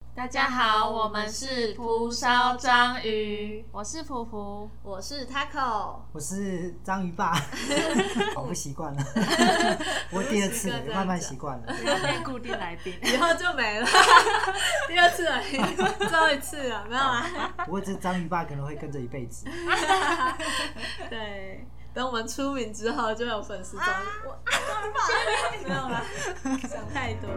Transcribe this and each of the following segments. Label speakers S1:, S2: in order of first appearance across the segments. S1: 大
S2: 大家好，我们是蒲烧章鱼，
S1: 我是普普，
S2: 我是 Taco。
S3: 我是章鱼爸， 我不习 惯了，我第二次
S2: 我是个这样子啊
S3: 慢慢习惯了。
S1: 要变固定来宾。
S2: 以后就 没了，第二次而已， 最后一次了，没有啊啦。
S3: 不过这章鱼爸可能会跟着一辈子。
S2: 对，等我们出名之后，就有粉丝找你啊我， 没有啦，想太多。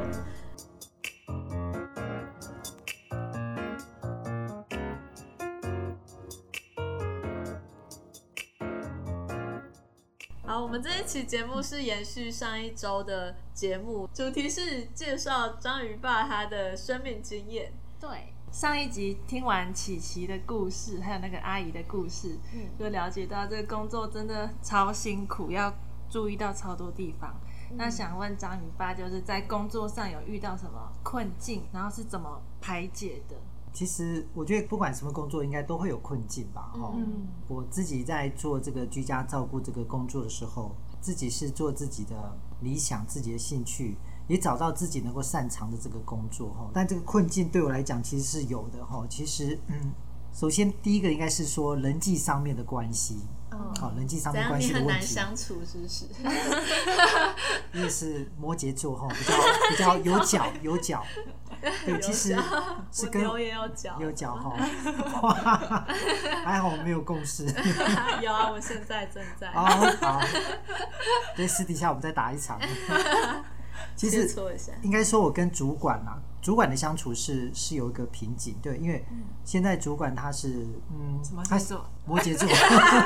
S2: 好，我们这一期节目是延续上一周的节目，主题是介绍章鱼爸他的生命经验。
S1: 对，上一集听完琪琪的故事，还有那个阿姨的故事，
S2: 嗯
S1: 就了解到这个工作真的超辛苦，要注意到超多地方。
S2: 嗯
S1: 那想问章鱼爸，就是在工作上有遇到什么困境，然后是怎么排解的？
S3: 其实我觉得不管什么工作，应该都会有困境吧。哦，
S2: 嗯
S3: 我自己在做这个居家照顾这个工作的时候，自己是做自己的理想、自己的兴趣，也找到自己能够擅长的这个工作哈。但这个困境对我来讲其实是有的哈。其实，嗯，首先第一个应该是说人际上面的关系，好、人际上
S2: 嗯怎
S3: 面
S2: 样？
S3: 关
S2: 你
S3: 系的
S2: 很
S3: 问
S2: 难
S3: 题。
S2: 相处，是不是？
S3: 因为是摩羯座哈，比较比较有角有角， 对，其实是
S2: 我
S3: 跟
S2: 牛也有脚，
S3: 有角哈，哇，还好我们没有共识
S2: 有啊，我现在正在
S3: 哦，好，对，私底下我们再打一场。 其
S2: 切
S3: 实
S2: 磋一下。
S3: 应该说，我跟主管啊，主管的相处是是有一个瓶颈，对，因为现在主管他是嗯，
S1: 什么
S3: 他
S1: 星座？
S3: 摩羯座，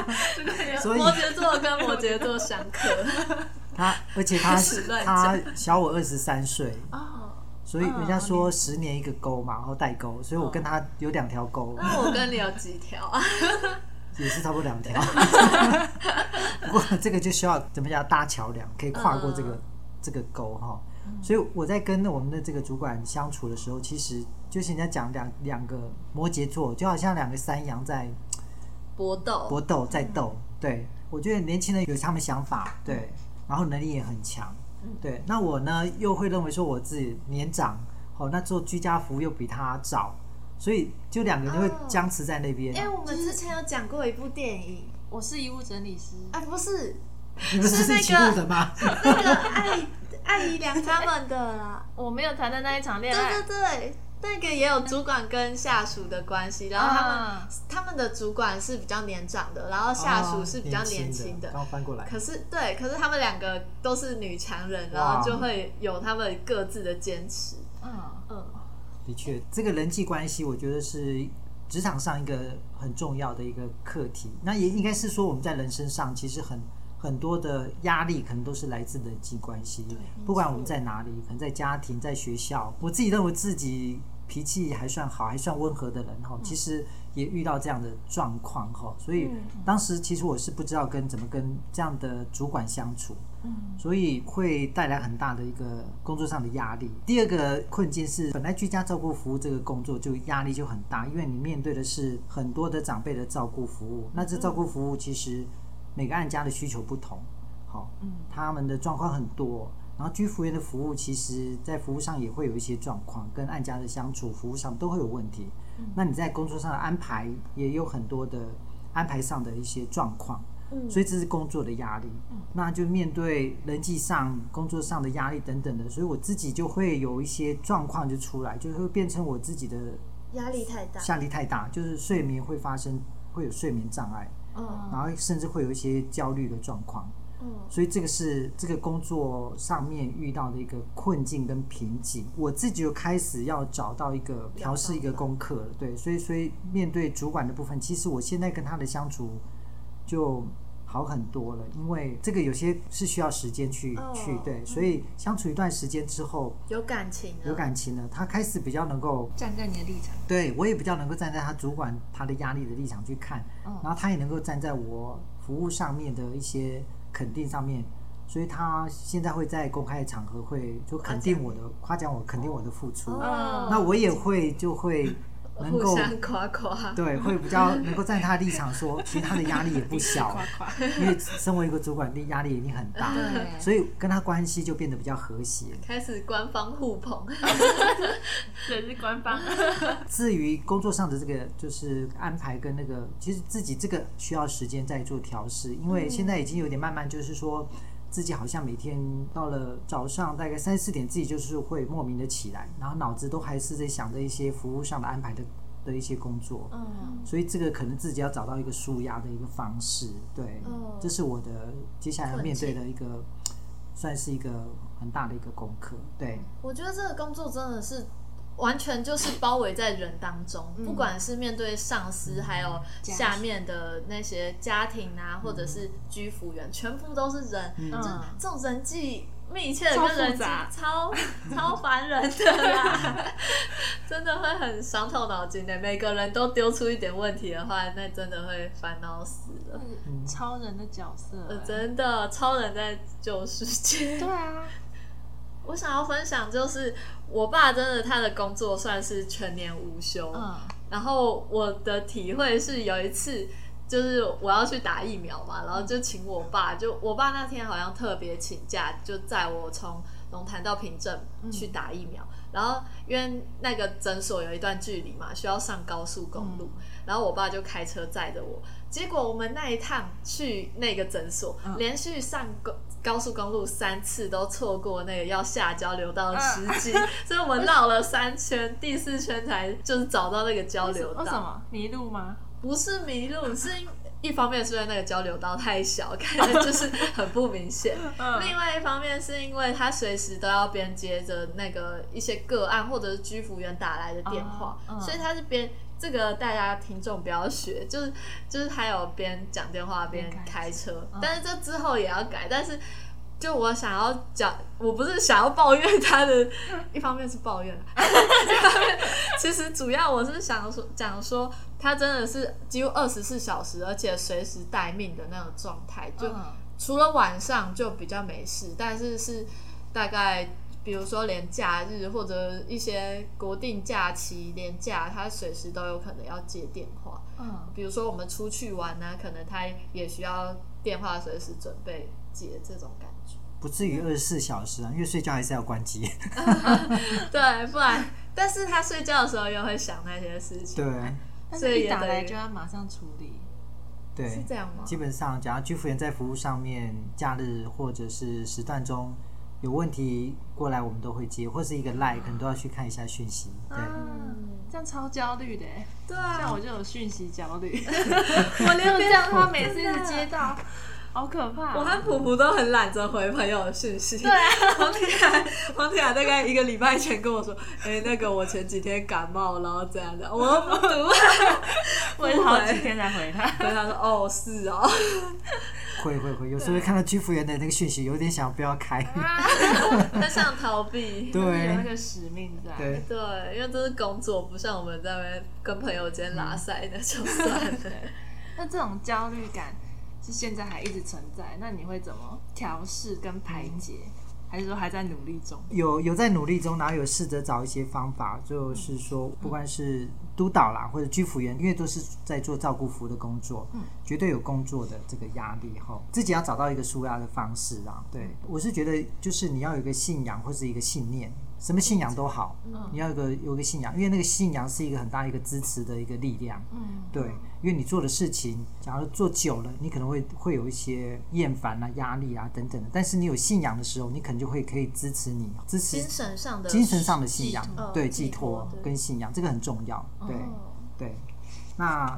S3: 所以
S2: 摩羯座跟摩羯座相 克，
S3: 他而且他
S2: 开始乱
S3: 他小我二十三岁，
S2: 哦，哦
S3: 所以人家说十年一个沟嘛，然后代沟，所以我跟他有两条沟，
S2: 那我跟你有几条啊？
S3: 也是差不多两条。不过这个就需要怎么讲搭桥梁，可以跨过这
S2: 嗯
S3: 个、这个沟哈。所以我在跟我们的这个主管相处的时候，其实就是人家讲两两个摩羯座，就好像两个山羊在
S2: 搏斗，
S3: 搏斗，在斗。
S4: 嗯
S3: 对我觉得年轻人有他们想法，对，然后能力也很强，
S4: 嗯
S3: 对。那我呢，又会认为说我自己年长，哦，那做居家服务又比他早，所以就两个人会
S4: 哦
S3: 僵持在那边。
S4: 哎、我们之前有讲过一部电影
S1: 我是遗物整理师，
S4: 啊，不是
S3: 你们
S4: 是
S3: 是
S4: 那
S3: 一
S4: 个
S3: 起录的吗？
S4: 那个艾 艾姨良他们 的啦，
S1: 我没有谈的那一场
S4: 对
S1: 恋
S4: 对
S2: 啊
S1: 爱。
S4: 对，那个也有主管跟下属的关系，然后他们、
S1: 啊
S4: 他们的主管是比较年长的，然后下属是
S3: 哦
S4: 比较年轻的。
S3: 刚翻过来。
S4: 可是对，可是他们两个都是女强人，然
S3: 哇
S4: 后就会有他们各自的坚持。
S1: 嗯
S4: 嗯，
S3: 的确，这个人际关系，我觉得是职场上一个很重要的一个课题。那也应该是说，我们在人身上其实很很多的压力，可能都是来自人际关系。不管我们在哪里，可能在家庭、在学校，我自己认为自己脾气还算好，还算温和的人哈，其实也遇到这样的状况哈。所
S4: 嗯
S3: 以当时其实我是不知道跟怎么跟这样的主管相处。所以会带来很大的一个工作上的压力。第二个困境是，本来居家照顾服务这个工作就压力就很大，因为你面对的是很多的长辈的照顾服务。那这照顾服务其实每个案家的需求不同，好，他们的状况很多。然后居服员的服务，其实在服务上也会有一些状况，跟案家的相处、服务上都会有问题。那你在工作上的安排也有很多的安排上的一些状况。
S4: 嗯
S3: 所以这是工作的压力，那就面对人际上、工作上的压力等等的，所以我自己就会有一些状况就出来，就会变成我自己的
S4: 压力太大。
S3: 压力太大，就是睡眠会发生会有睡眠障碍，
S4: 嗯
S3: 然后甚至会有一些焦虑的状况，
S4: 嗯
S3: 所以这个是这个工作上面遇到的一个困境跟瓶颈，我自己就开始要找到一个调试一个功课了，对，所以所以面对主管的部分，其实我现在跟他的相处就好很多了，因为这个有些是需要时间去、
S4: 哦
S3: 去对，所以相处一段时间之后
S4: 有感情啊了。
S3: 有感情了，他开始比较能够
S1: 站在你的立场，
S3: 对我也比较能够站在他主管他的压力的立场去看，
S1: 嗯
S3: 然后他也能够站在我服务上面的一些肯定上面，所以他现在会在公开的场
S1: 嗯
S3: 合会就肯定我的夸奖我，肯定我的付出，
S4: 哦
S3: 那我也会就会能
S4: 互
S3: 够
S4: 相夸夸，
S3: 对会比较能够站他的立场说，其实他的压力也不 小
S1: 夸，夸，
S3: 因为身为一个主管，力压力一定很大，
S1: 对
S3: 所以跟他关系就变得比较和谐。
S4: 开始官方互捧，
S1: 这是官方。
S3: 至于工作上的这个就是安排跟那个，其实自己这个需要时间再做调试，因为现在已经有点慢慢就是说。自己好像每天到了早上大概三四点，自己就是会莫名的起来，然后脑子都还是在想着一些服务上的安排的的一些工作，
S1: 嗯，
S3: 所以这个可能自己要找到一个舒压的一个方式，对，
S4: 哦
S3: 这是我的接下来要面对的一个，算是一个很大的一个功课，对，
S4: 我觉得这个工作真的是完全就是包围在人当中，
S3: 嗯
S4: 不管是面对上司，还有下面的那些家庭啊，或者是居服员，全部都是人，这
S1: 嗯
S4: 这种人际密切的
S1: 超
S4: 跟人
S1: 复
S4: 际
S1: 杂
S4: 超超烦人的啦，真的会很伤透脑筋的。每个人都丢出一点问题的话，那真的会烦恼死了。
S3: 嗯
S1: 超人的角色
S4: 呃，
S1: 欸，
S4: 真的，超人在救世界。
S1: 对啊，
S4: 我想要分享就是，我爸真的他的工作算是全年无休。
S1: 嗯，
S4: 然后我的体会是有一次，就是我要去打疫苗嘛，然后就请我爸，就我爸那天好像特别请假，就载我从龙潭到平镇去打疫苗。然后因为那个诊所有一段距离嘛，需要上高速公路，然后我爸就开车载着我。结果我们那一趟去那个诊所，
S1: 嗯
S4: 连续上高高速公路三次都错过那个要下交流道的时机，
S1: 啊
S4: 所以我们绕了三圈，第四圈才就是找到那个交流
S1: 为什
S4: 道。
S1: 么迷路吗？
S4: 不是迷路，是因一方面是因为那个交流道太小，看着就是很不明显；
S1: 嗯，
S4: 另外一方面是因为他随时都要边接着那个一些个案或者是居服员打来的电话，
S1: 啊嗯
S4: 所以他是边这个大家听众不要学，就是 就是他有边讲电话边
S1: 边开
S4: 开车，
S1: 嗯
S4: 但是这之后也要改，但是。就我想要讲，我不是想要抱怨他的，一方面是抱怨，一方面 其实主要我是想说讲说，他真的是几乎二十四小时，而且随时待命的那种状态，就
S1: 嗯
S4: 除了晚上就比较没事，但是是大概比如说连假日或者一些国定假期连假，他随时都有可能要接电话。
S1: 嗯，
S4: 比如说我们出去玩呢、可能他也需要电话随时准备接这种感觉。
S3: 不至于二十四小时啊，因为睡觉还是要关机，
S4: 对，不然，但是他睡觉的时候又会想那些事情，
S3: 对
S1: 但
S4: 所
S1: 是
S4: 以
S1: 一
S4: 也
S1: 打
S4: 等
S1: 来
S4: 于
S1: 就要马上处理，
S3: 对
S4: 是，这样吗？
S3: 基本上，假如居服员在服务上面，假日或者是时段中有问题过来，我们都会接，或是一个
S4: 啊
S3: line 可能都要去看一下讯息。对，
S1: 嗯，这样超焦虑的欸，
S4: 对啊，
S1: 像我就有讯息焦 虑，我连电话
S4: 啊
S1: 每次一直接到，好可怕哦，
S4: 我和普普都很懒得回朋友的讯息。对、啊黄体海，黄体海大概一个礼拜前跟我说：“哎、那个我前几天感冒，然后这样的。”我又不读，
S1: 我也是
S4: 欸
S1: 好几天才回他。
S4: 回他说：“哦，是哦。
S3: 会会会，有时候看到居服员的那个讯息，有点想不要开。
S4: 啊他想逃避。
S1: 有那
S3: 对
S1: 个使命在。
S3: 对，
S4: 对，因为这是工作，不像我们在那边跟朋友间拉塞那就算 了。
S1: 那这种焦虑感是现在还一直存在，那你会怎么调试跟排解？
S3: 嗯
S1: 还是说还在努力中？
S3: 有有在努力中，然后有试着找一些方法，就是说，不管是督导啦，或者居服员，因为都是在做照顾服务的工作，绝对有工作的这个压力哈，自己要找到一个舒压的方式啊。对，我是觉得就是你要有一个信仰或者一个信念，什么信仰都好，
S4: 嗯
S3: 你要有个有一个信仰，因为那个信仰是一个很大一个支持的一个力量。
S1: 嗯，
S3: 对，因为你做的事情，假如做久了，你可能会会有一些厌烦啊、压力啊等等的。但是你有信仰的时候，你可能就会可以支持你支持
S4: 精神上的，
S3: 精神上的信仰
S4: 寄托，
S3: 对
S4: 嗯
S3: 寄
S4: 寄托
S3: 托
S4: 对哦
S3: 跟信仰，这个很重要。对对，那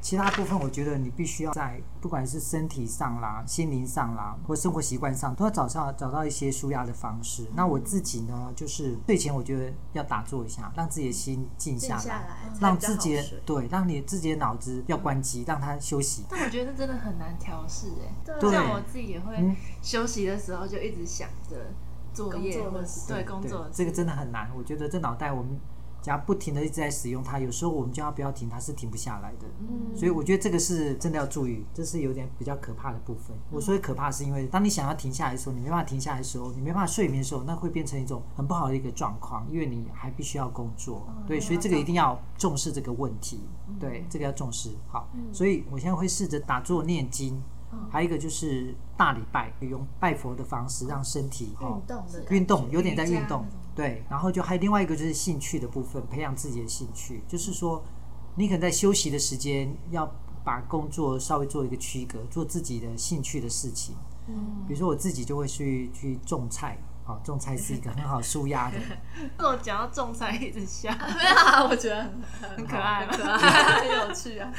S3: 其他部分我觉得你必须要在不管是身体上啦、心灵上啦，或生活习惯上，都要找到找到一些舒压的方式。那我自己呢，就是睡前我觉得要打坐一下，让自己的心静
S4: 静
S3: 下
S4: 下
S3: 来。
S4: 来，
S3: 让自己的
S4: 才比较好睡
S3: 对，让你自己的脑子要关机，让它休息。
S1: 但我觉得这真的很难调试哎。
S3: 对
S1: 像我自己也会
S3: 嗯
S1: 休息的时候就一直想着作业
S4: 工作的
S1: 或者是
S4: 事
S1: 对工作的
S3: 这个
S1: 事
S3: 真的很难，我觉得这脑袋我们只要不停的一直在使用它，有时候我们就要不要停，它是停不下来的。
S1: 嗯
S3: 所以我觉得这个是真的要注意，这是有点比较可怕的部分。我说可怕是因为，当你想要停下来的时候，你没办法停下来的时候，你没办法睡眠的时候，那会变成一种很不好的一个状况，因为你还必须要工作。对，所以这个一定要重视这个问题。对，这个要重视。好，所以我现在会试着打坐念经，还有一个就是大礼拜，用拜佛的方式让身体哦
S4: 运动的感觉
S3: 运动，有点在运动
S1: 瑜伽那种。
S3: 对，然后就还有另外一个就是兴趣的部分，培养自己的兴趣，就是说你可能在休息的时间要把工作稍微做一个区隔，做自己的兴趣的事情。
S1: 嗯，
S3: 比如说我自己就会去去种菜，哦，种菜是一个很好舒压的，
S1: 我讲到仲裁一直 笑，
S4: 没有啊，我觉得很
S1: 很可爱吧？
S4: 可 爱，很有趣啊。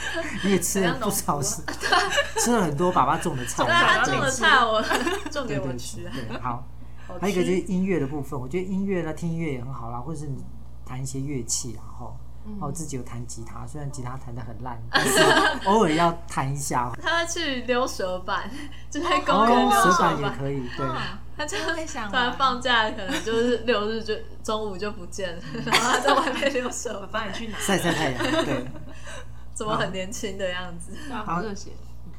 S3: 你也吃了不少，吃了很多爸爸种的 菜。
S4: 那他啊种的菜我 种
S3: 对
S4: 给我
S3: 对
S4: 吃
S3: 对
S4: 啊，
S3: 对，好。
S4: 好
S3: 还有一个就
S4: 吃
S3: 是音乐的部分，我觉得音乐呢，听音乐也很好啦，或者是你弹一些乐器啦，然后。
S4: 嗯
S3: 哦，自己有弹吉他，虽然吉他弹得很 烂，但是偶尔要弹一下。
S4: 他会去溜蛇板，就在公
S3: 哦，
S4: 共溜
S3: 手
S4: 板。
S3: 板也可以，对，
S4: 他就
S1: 会想
S4: 突然放假，可能就是六日就中午就不见了， 然后他在外面溜蛇
S1: 我
S4: 板，
S1: 帮你去拿，
S3: 晒晒太阳。对，
S4: 怎么很
S3: 嗯
S4: 年轻的样子？
S1: 好热血，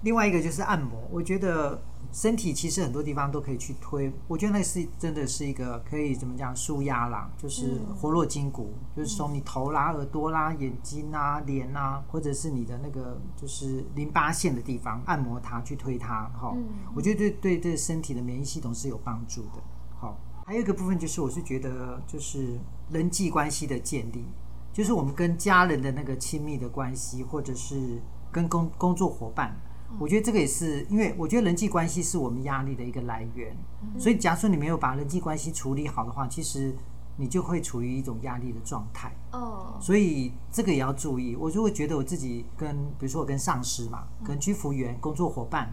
S3: 另外一个就是按摩，我觉得身体其实很多地方都可以去推，我觉得那是真的是一个可以怎么讲舒压啦，就是活络筋骨，就是从你头啦、耳朵啦、眼睛啊、脸啊，或者是你的那个就是淋巴线的地方按摩它，去推它，哈、
S4: 嗯
S3: 我觉得对对对身体的免疫系统是有帮助的。好，还有一个部分就是，我是觉得就是人际关系的建立，就是我们跟家人的那个亲密的关系，或者是跟工工作伙伴，我觉得这个也是，因为我觉得人际关系是我们压力的一个来源，所以假如说你没有把人际关系处理好的话，其实你就会处于一种压力的状态。
S4: 哦，
S3: 所以这个也要注意。我就会觉得我自己跟，比如说我跟上司嘛，
S4: 嗯
S3: 跟居服员、工作伙伴，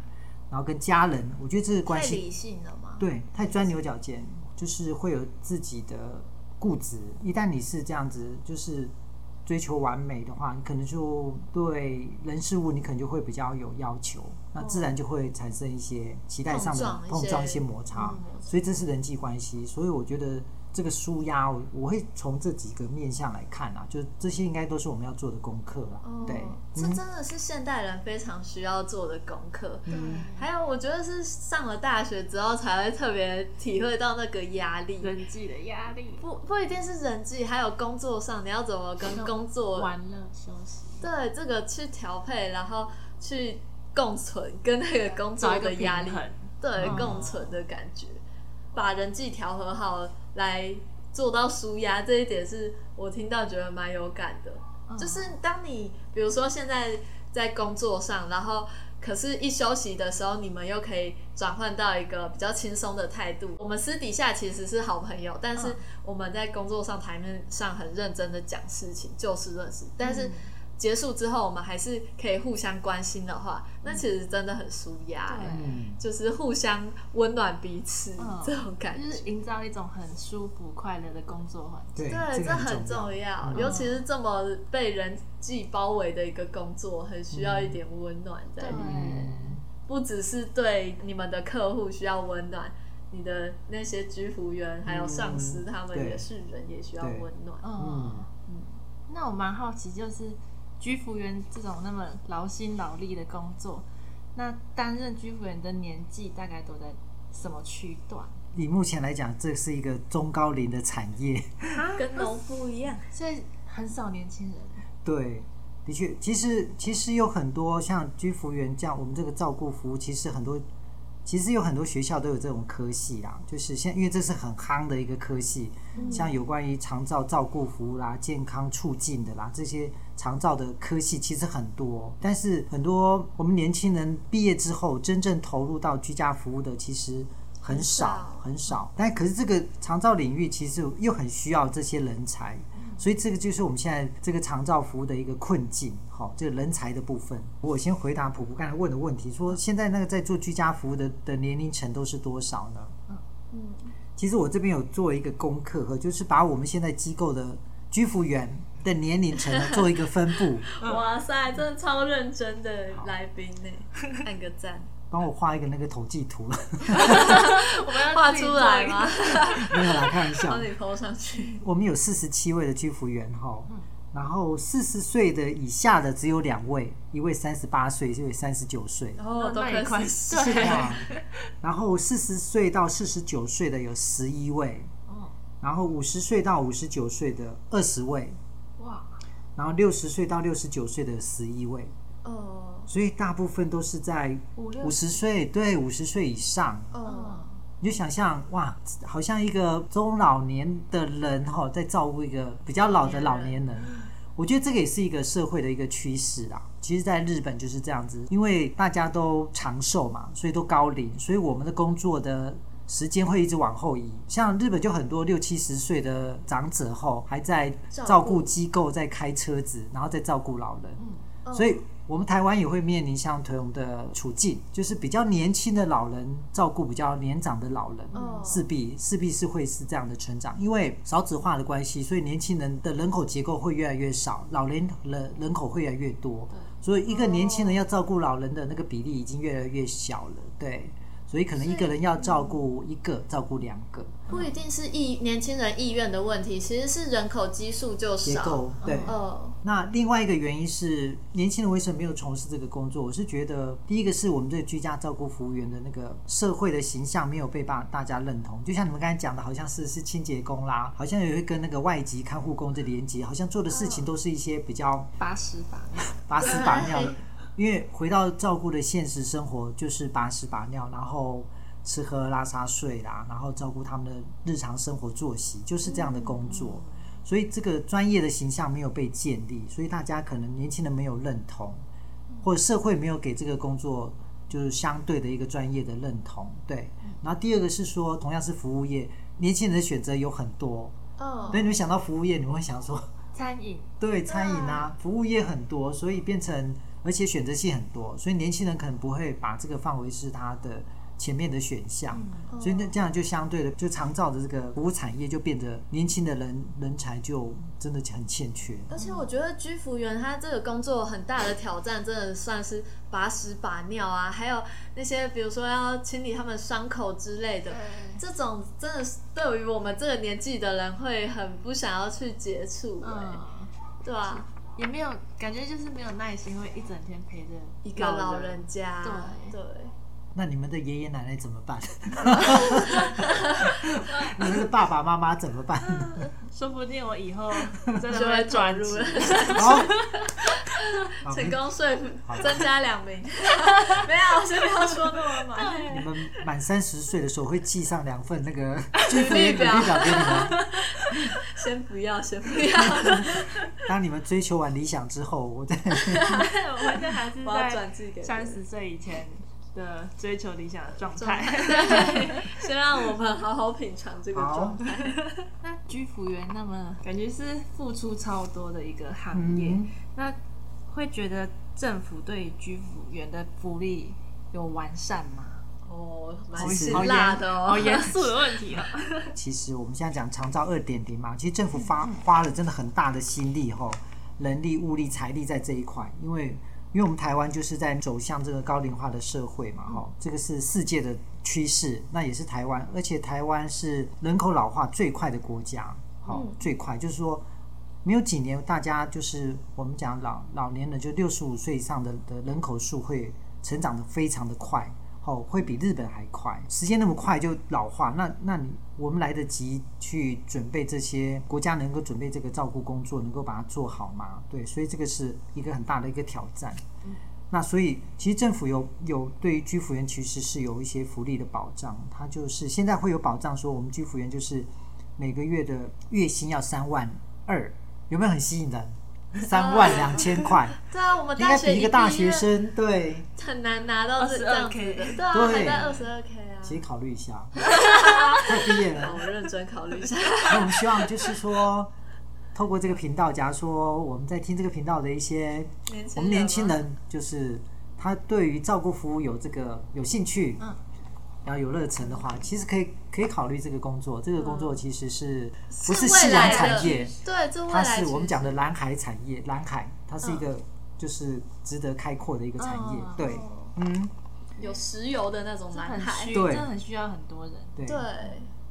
S3: 然后跟家人，我觉得这个关
S4: 太
S3: 系
S4: 理性了吗？
S3: 对太钻牛角尖，就是会有自己的固执。一旦你是这样子，就是追求完美的话，你可能就对人事物你可能就会比较有要求，那自然就会产生一些期待上的
S4: 碰撞一些
S3: 碰撞、一些摩擦。
S4: 嗯
S3: 所以这是人际关系，所以我觉得这个舒压，我我会从这几个面向来看啊，就这些应该都是我们要做的功课啦。
S4: 哦
S3: 对，嗯
S4: 这真的是现代人非常需要做的功课。
S3: 嗯
S4: 还有，我觉得是上了大学之后才会特别体会到那个压力，
S1: 人际的压力，
S4: 不不一定是人际，还有工作上你要怎么跟工作
S1: 玩乐休息，
S4: 对这个去调配，然后去共存跟那个工
S1: 找
S4: 作
S1: 一个
S4: 的压力
S1: 平，衡
S4: 对
S3: 嗯
S4: 共存的感觉，把人际调和好来做到舒压，这一点是我听到觉得蛮有感的。
S1: 嗯
S4: 就是当你比如说现在在工作上，然后可是一休息的时候，你们又可以转换到一个比较轻松的态度。我们私底下其实是好朋友，但是
S1: 嗯
S4: 我们在工作上台面上很认真的讲事情，就事论事。但是结束之后，我们还是可以互相关心的话，那其实真的很舒压、
S1: 对
S4: 欸
S3: 嗯，
S4: 就是互相温暖彼此、
S1: 嗯
S4: 这种感
S1: 就是
S4: 觉。
S1: 营造一种很舒服快乐的工作环境。
S3: 对，
S4: 对，
S3: 这
S4: 这
S3: 个
S4: 很
S3: 重
S4: 重要，
S3: 嗯
S4: 尤其是这么被人际包围的一个工作，很需要一点温暖在里面。
S3: 嗯
S4: 不只是对你们的客户需要温暖，你的那些居服员还有上司，他们
S3: 嗯对
S4: 也是人，也需要
S3: 对
S4: 温暖。
S1: 嗯，
S3: 嗯，
S1: 那我蛮好奇，就是居服员这种那么劳心劳力的工作，那担任居服员的年纪大概都在什么区段？
S3: 以目前来讲，这是一个中高龄的产业。
S4: 啊跟农夫一样，
S1: 所以很少年轻人。
S3: 对，的确，其实其实有很多像居服员这样，我们这个照顾服务，其实很多，其实有很多学校都有这种科系啦。就是现因为这是很夯的一个科系，像有关于长照照顾服务啦、健康促进的啦这些长照的科系其实很多，哦但是很多我们年轻人毕业之后真正投入到居家服务的，其实。很少很少，但可是这个长照领域其实又很需要这些人才，所以这个就是我们现在这个长照服务的一个困境，好、这个人才的部分。我先回答普普刚才问的问题，说现在那个在做居家服务的的年龄层都是多少呢？嗯，其实我这边有做一个功课，和就是把我们现在机构的居服员的年龄层呢做一个分布。
S4: 哇塞，真的超认真的来宾呢，按个赞。
S3: 帮我画一个那个统计图，
S2: 我们要
S4: 画
S2: 自己
S4: 出
S2: 做
S4: 来
S2: 一个
S4: 吗？
S3: 没有啦，开玩笑
S4: 帮。你抛上去。
S3: 我们有四十七位的居服员哈，然后四十岁的以下的只有两位，一位三十八岁，一位三十九岁。
S4: 然后都
S1: 那也
S4: 快啊
S1: 快
S4: 四
S1: 对
S4: 十岁了，
S3: 哇然后四十岁到四十九岁的有十一位，
S1: 嗯，
S3: 然后五十岁到五十九岁的二十位，
S1: 哇，
S3: 然后六十岁到六十九岁的十一位，
S4: 哦
S3: 所以大部分都是在
S1: 五六
S3: 五十岁，对五十岁以上。
S4: 哦，
S3: 你就想象哇，好像一个中老年的人哈、在照顾一个比较老的老年人。我觉得这个也是一个社会的一个趋势啦。其实，在日本就是这样子，因为大家都长寿嘛，所以都高龄，所以我们的工作的时间会一直往后移。像日本就很多六七十岁的长者后，还在照顾机构，在开车子，然后再照顾老人。
S4: 嗯哦
S3: 所以我们台湾也会面临相同的处境，就是比较年轻的老人照顾比较年长的老人，
S4: 嗯哦
S3: 势必势必是会是这样的成长，因为少子化的关系，所以年轻人的人口结构会越来越少，老年人人口会越来越多，所以一个年轻人要照顾老人的那个比例已经越来越小了，对，所以可能一个人要照顾一个，照顾两个
S4: 不一定是意年轻人意愿的问题，其实是人口基数就
S3: 结
S4: 少。
S3: 构，对，
S4: 哦，
S3: 那另外一个原因是，年轻人为什么没有从事这个工作？我是觉得，第一个是我们对居家照顾服务员的那个社会的形象没有被大大家认同。就像你们刚才讲的，好像是是清洁工啦，好像也会跟那个外籍看护工的连接，好像做的事情都是一些比较
S1: 八十吧，
S3: 把屎把尿的。因为回到照顾的现实生活，就是把屎把尿，然后吃喝拉撒睡啦，然后照顾他们的日常生活作息，就是这样的工作。所以这个专业的形象没有被建立，所以大家可能年轻人没有认同，或者社会没有给这个工作就是相对的一个专业的认同。对，然后第二个是说，同样是服务业，年轻人的选择有很多。
S4: 哦
S3: 所以你们想到服务业，你们会想说，
S1: 餐饮
S3: 对，餐饮啊，服务业很多，所以变成而且选择性很多，所以年轻人可能不会把这个范围是他的前面的选项，
S4: 嗯哦
S3: 所以那这样就相对的就长照的这个服务产业就变得年轻的人人才就真的很欠缺。
S4: 而且我觉得居服员他这个工作很大的挑战，真的算是把屎把尿啊，还有那些比如说要清理他们伤口之类
S1: 嗯
S4: 的，这种真的是对于我们这个年纪的人会很不想要去接触、欸，
S1: 嗯，
S4: 对啊，
S1: 也没有感觉就是没有耐心，会一整天陪着
S4: 一个老人家，
S1: 对
S4: 对
S3: 那你们的爷爷奶奶怎么 办？你们的爸爸妈妈怎么办？
S1: 说不定我以 后真的
S4: 就会
S1: 会
S4: 转
S1: 转
S4: 入
S1: 入
S4: 了，
S3: 好，好
S4: 成功说服
S3: 好
S4: 增加两名， 没有，先不要说那么 满。
S3: 你们满三十岁的时候会寄上两份那个
S4: 履历
S3: 履历表
S4: 表
S3: 给你们。
S4: 先不要，先 不要，
S3: 当你们追求完理想之后，我再
S1: 我们这还是
S4: 我要
S1: 在
S4: 转寄给
S1: 三十岁以前的追求理想的状
S4: 状态。
S1: 态。
S4: 对先让我们好好品尝这个状态。
S1: 那居服员那么感觉是付出超多的一个行业，
S3: 嗯
S1: 那会觉得政府对于居服员的福利有完善吗？
S4: 哦，蛮
S3: 好
S4: 辛
S3: 好
S4: 辣的 哦，
S1: 好严肃的问 题哦。
S3: 其实我们现在讲长照二点零嘛，其实政府发花了真的很大的心力吼，人力、物力、财力在这一块，因为因为我们台湾就是在走向这个高龄化的社会嘛，吼，这个是世界的趋势，那也是台湾，而且台湾是人口老化最快的国家，好，最快就是说。没有几年，大家就是我们讲老老年人，就六十五岁以上的的人口数会成长的非常的快，哦，会比日本还快。时间那么快就老化，那那你我们来得及去准备这些国家能够准备这个照顾工作，能够把它做好吗？对，所以这个是一个很大的一个挑战。那所以，其实政府有有对于居服员其实是有一些福利的保障，它就是现在会有保障，说我们居服员就是每个月的月薪要三万二，有没有很吸引人？三万两千块，
S4: 对啊，我们
S3: 应该
S4: 啊大学
S3: 比一个大学生对，
S4: 很难拿到这这样子的，
S1: 22K
S4: 对啊，
S3: 对
S4: 还在二十二 K 啊。
S3: 其实考虑一下，快毕业了
S4: 那。我认真考虑一下，
S3: 那我们希望就是说，透过这个频道，假如说我们在听这个频道的一些
S4: 年轻
S3: 我们年轻
S4: 人
S3: 人，就是他对于照顾服务有这个有兴趣，
S1: 嗯，
S3: 然后有热忱的话，其实可以可以考虑这个工作。这个工作其实是不是夕
S4: 未
S3: 阳
S4: 来
S3: 产
S4: 的
S3: 业，
S4: 对，这未
S3: 它
S4: 来
S3: 是我们讲
S4: 的
S3: 的蓝海产业，蓝海它是一个就是值得开阔的一个产业
S1: 嗯，
S4: 哦
S3: 对，嗯，
S2: 有石油的那种男
S1: 很
S2: 孩
S1: 需，。
S3: 对
S1: 这很需要很多人。
S3: 对
S2: 对，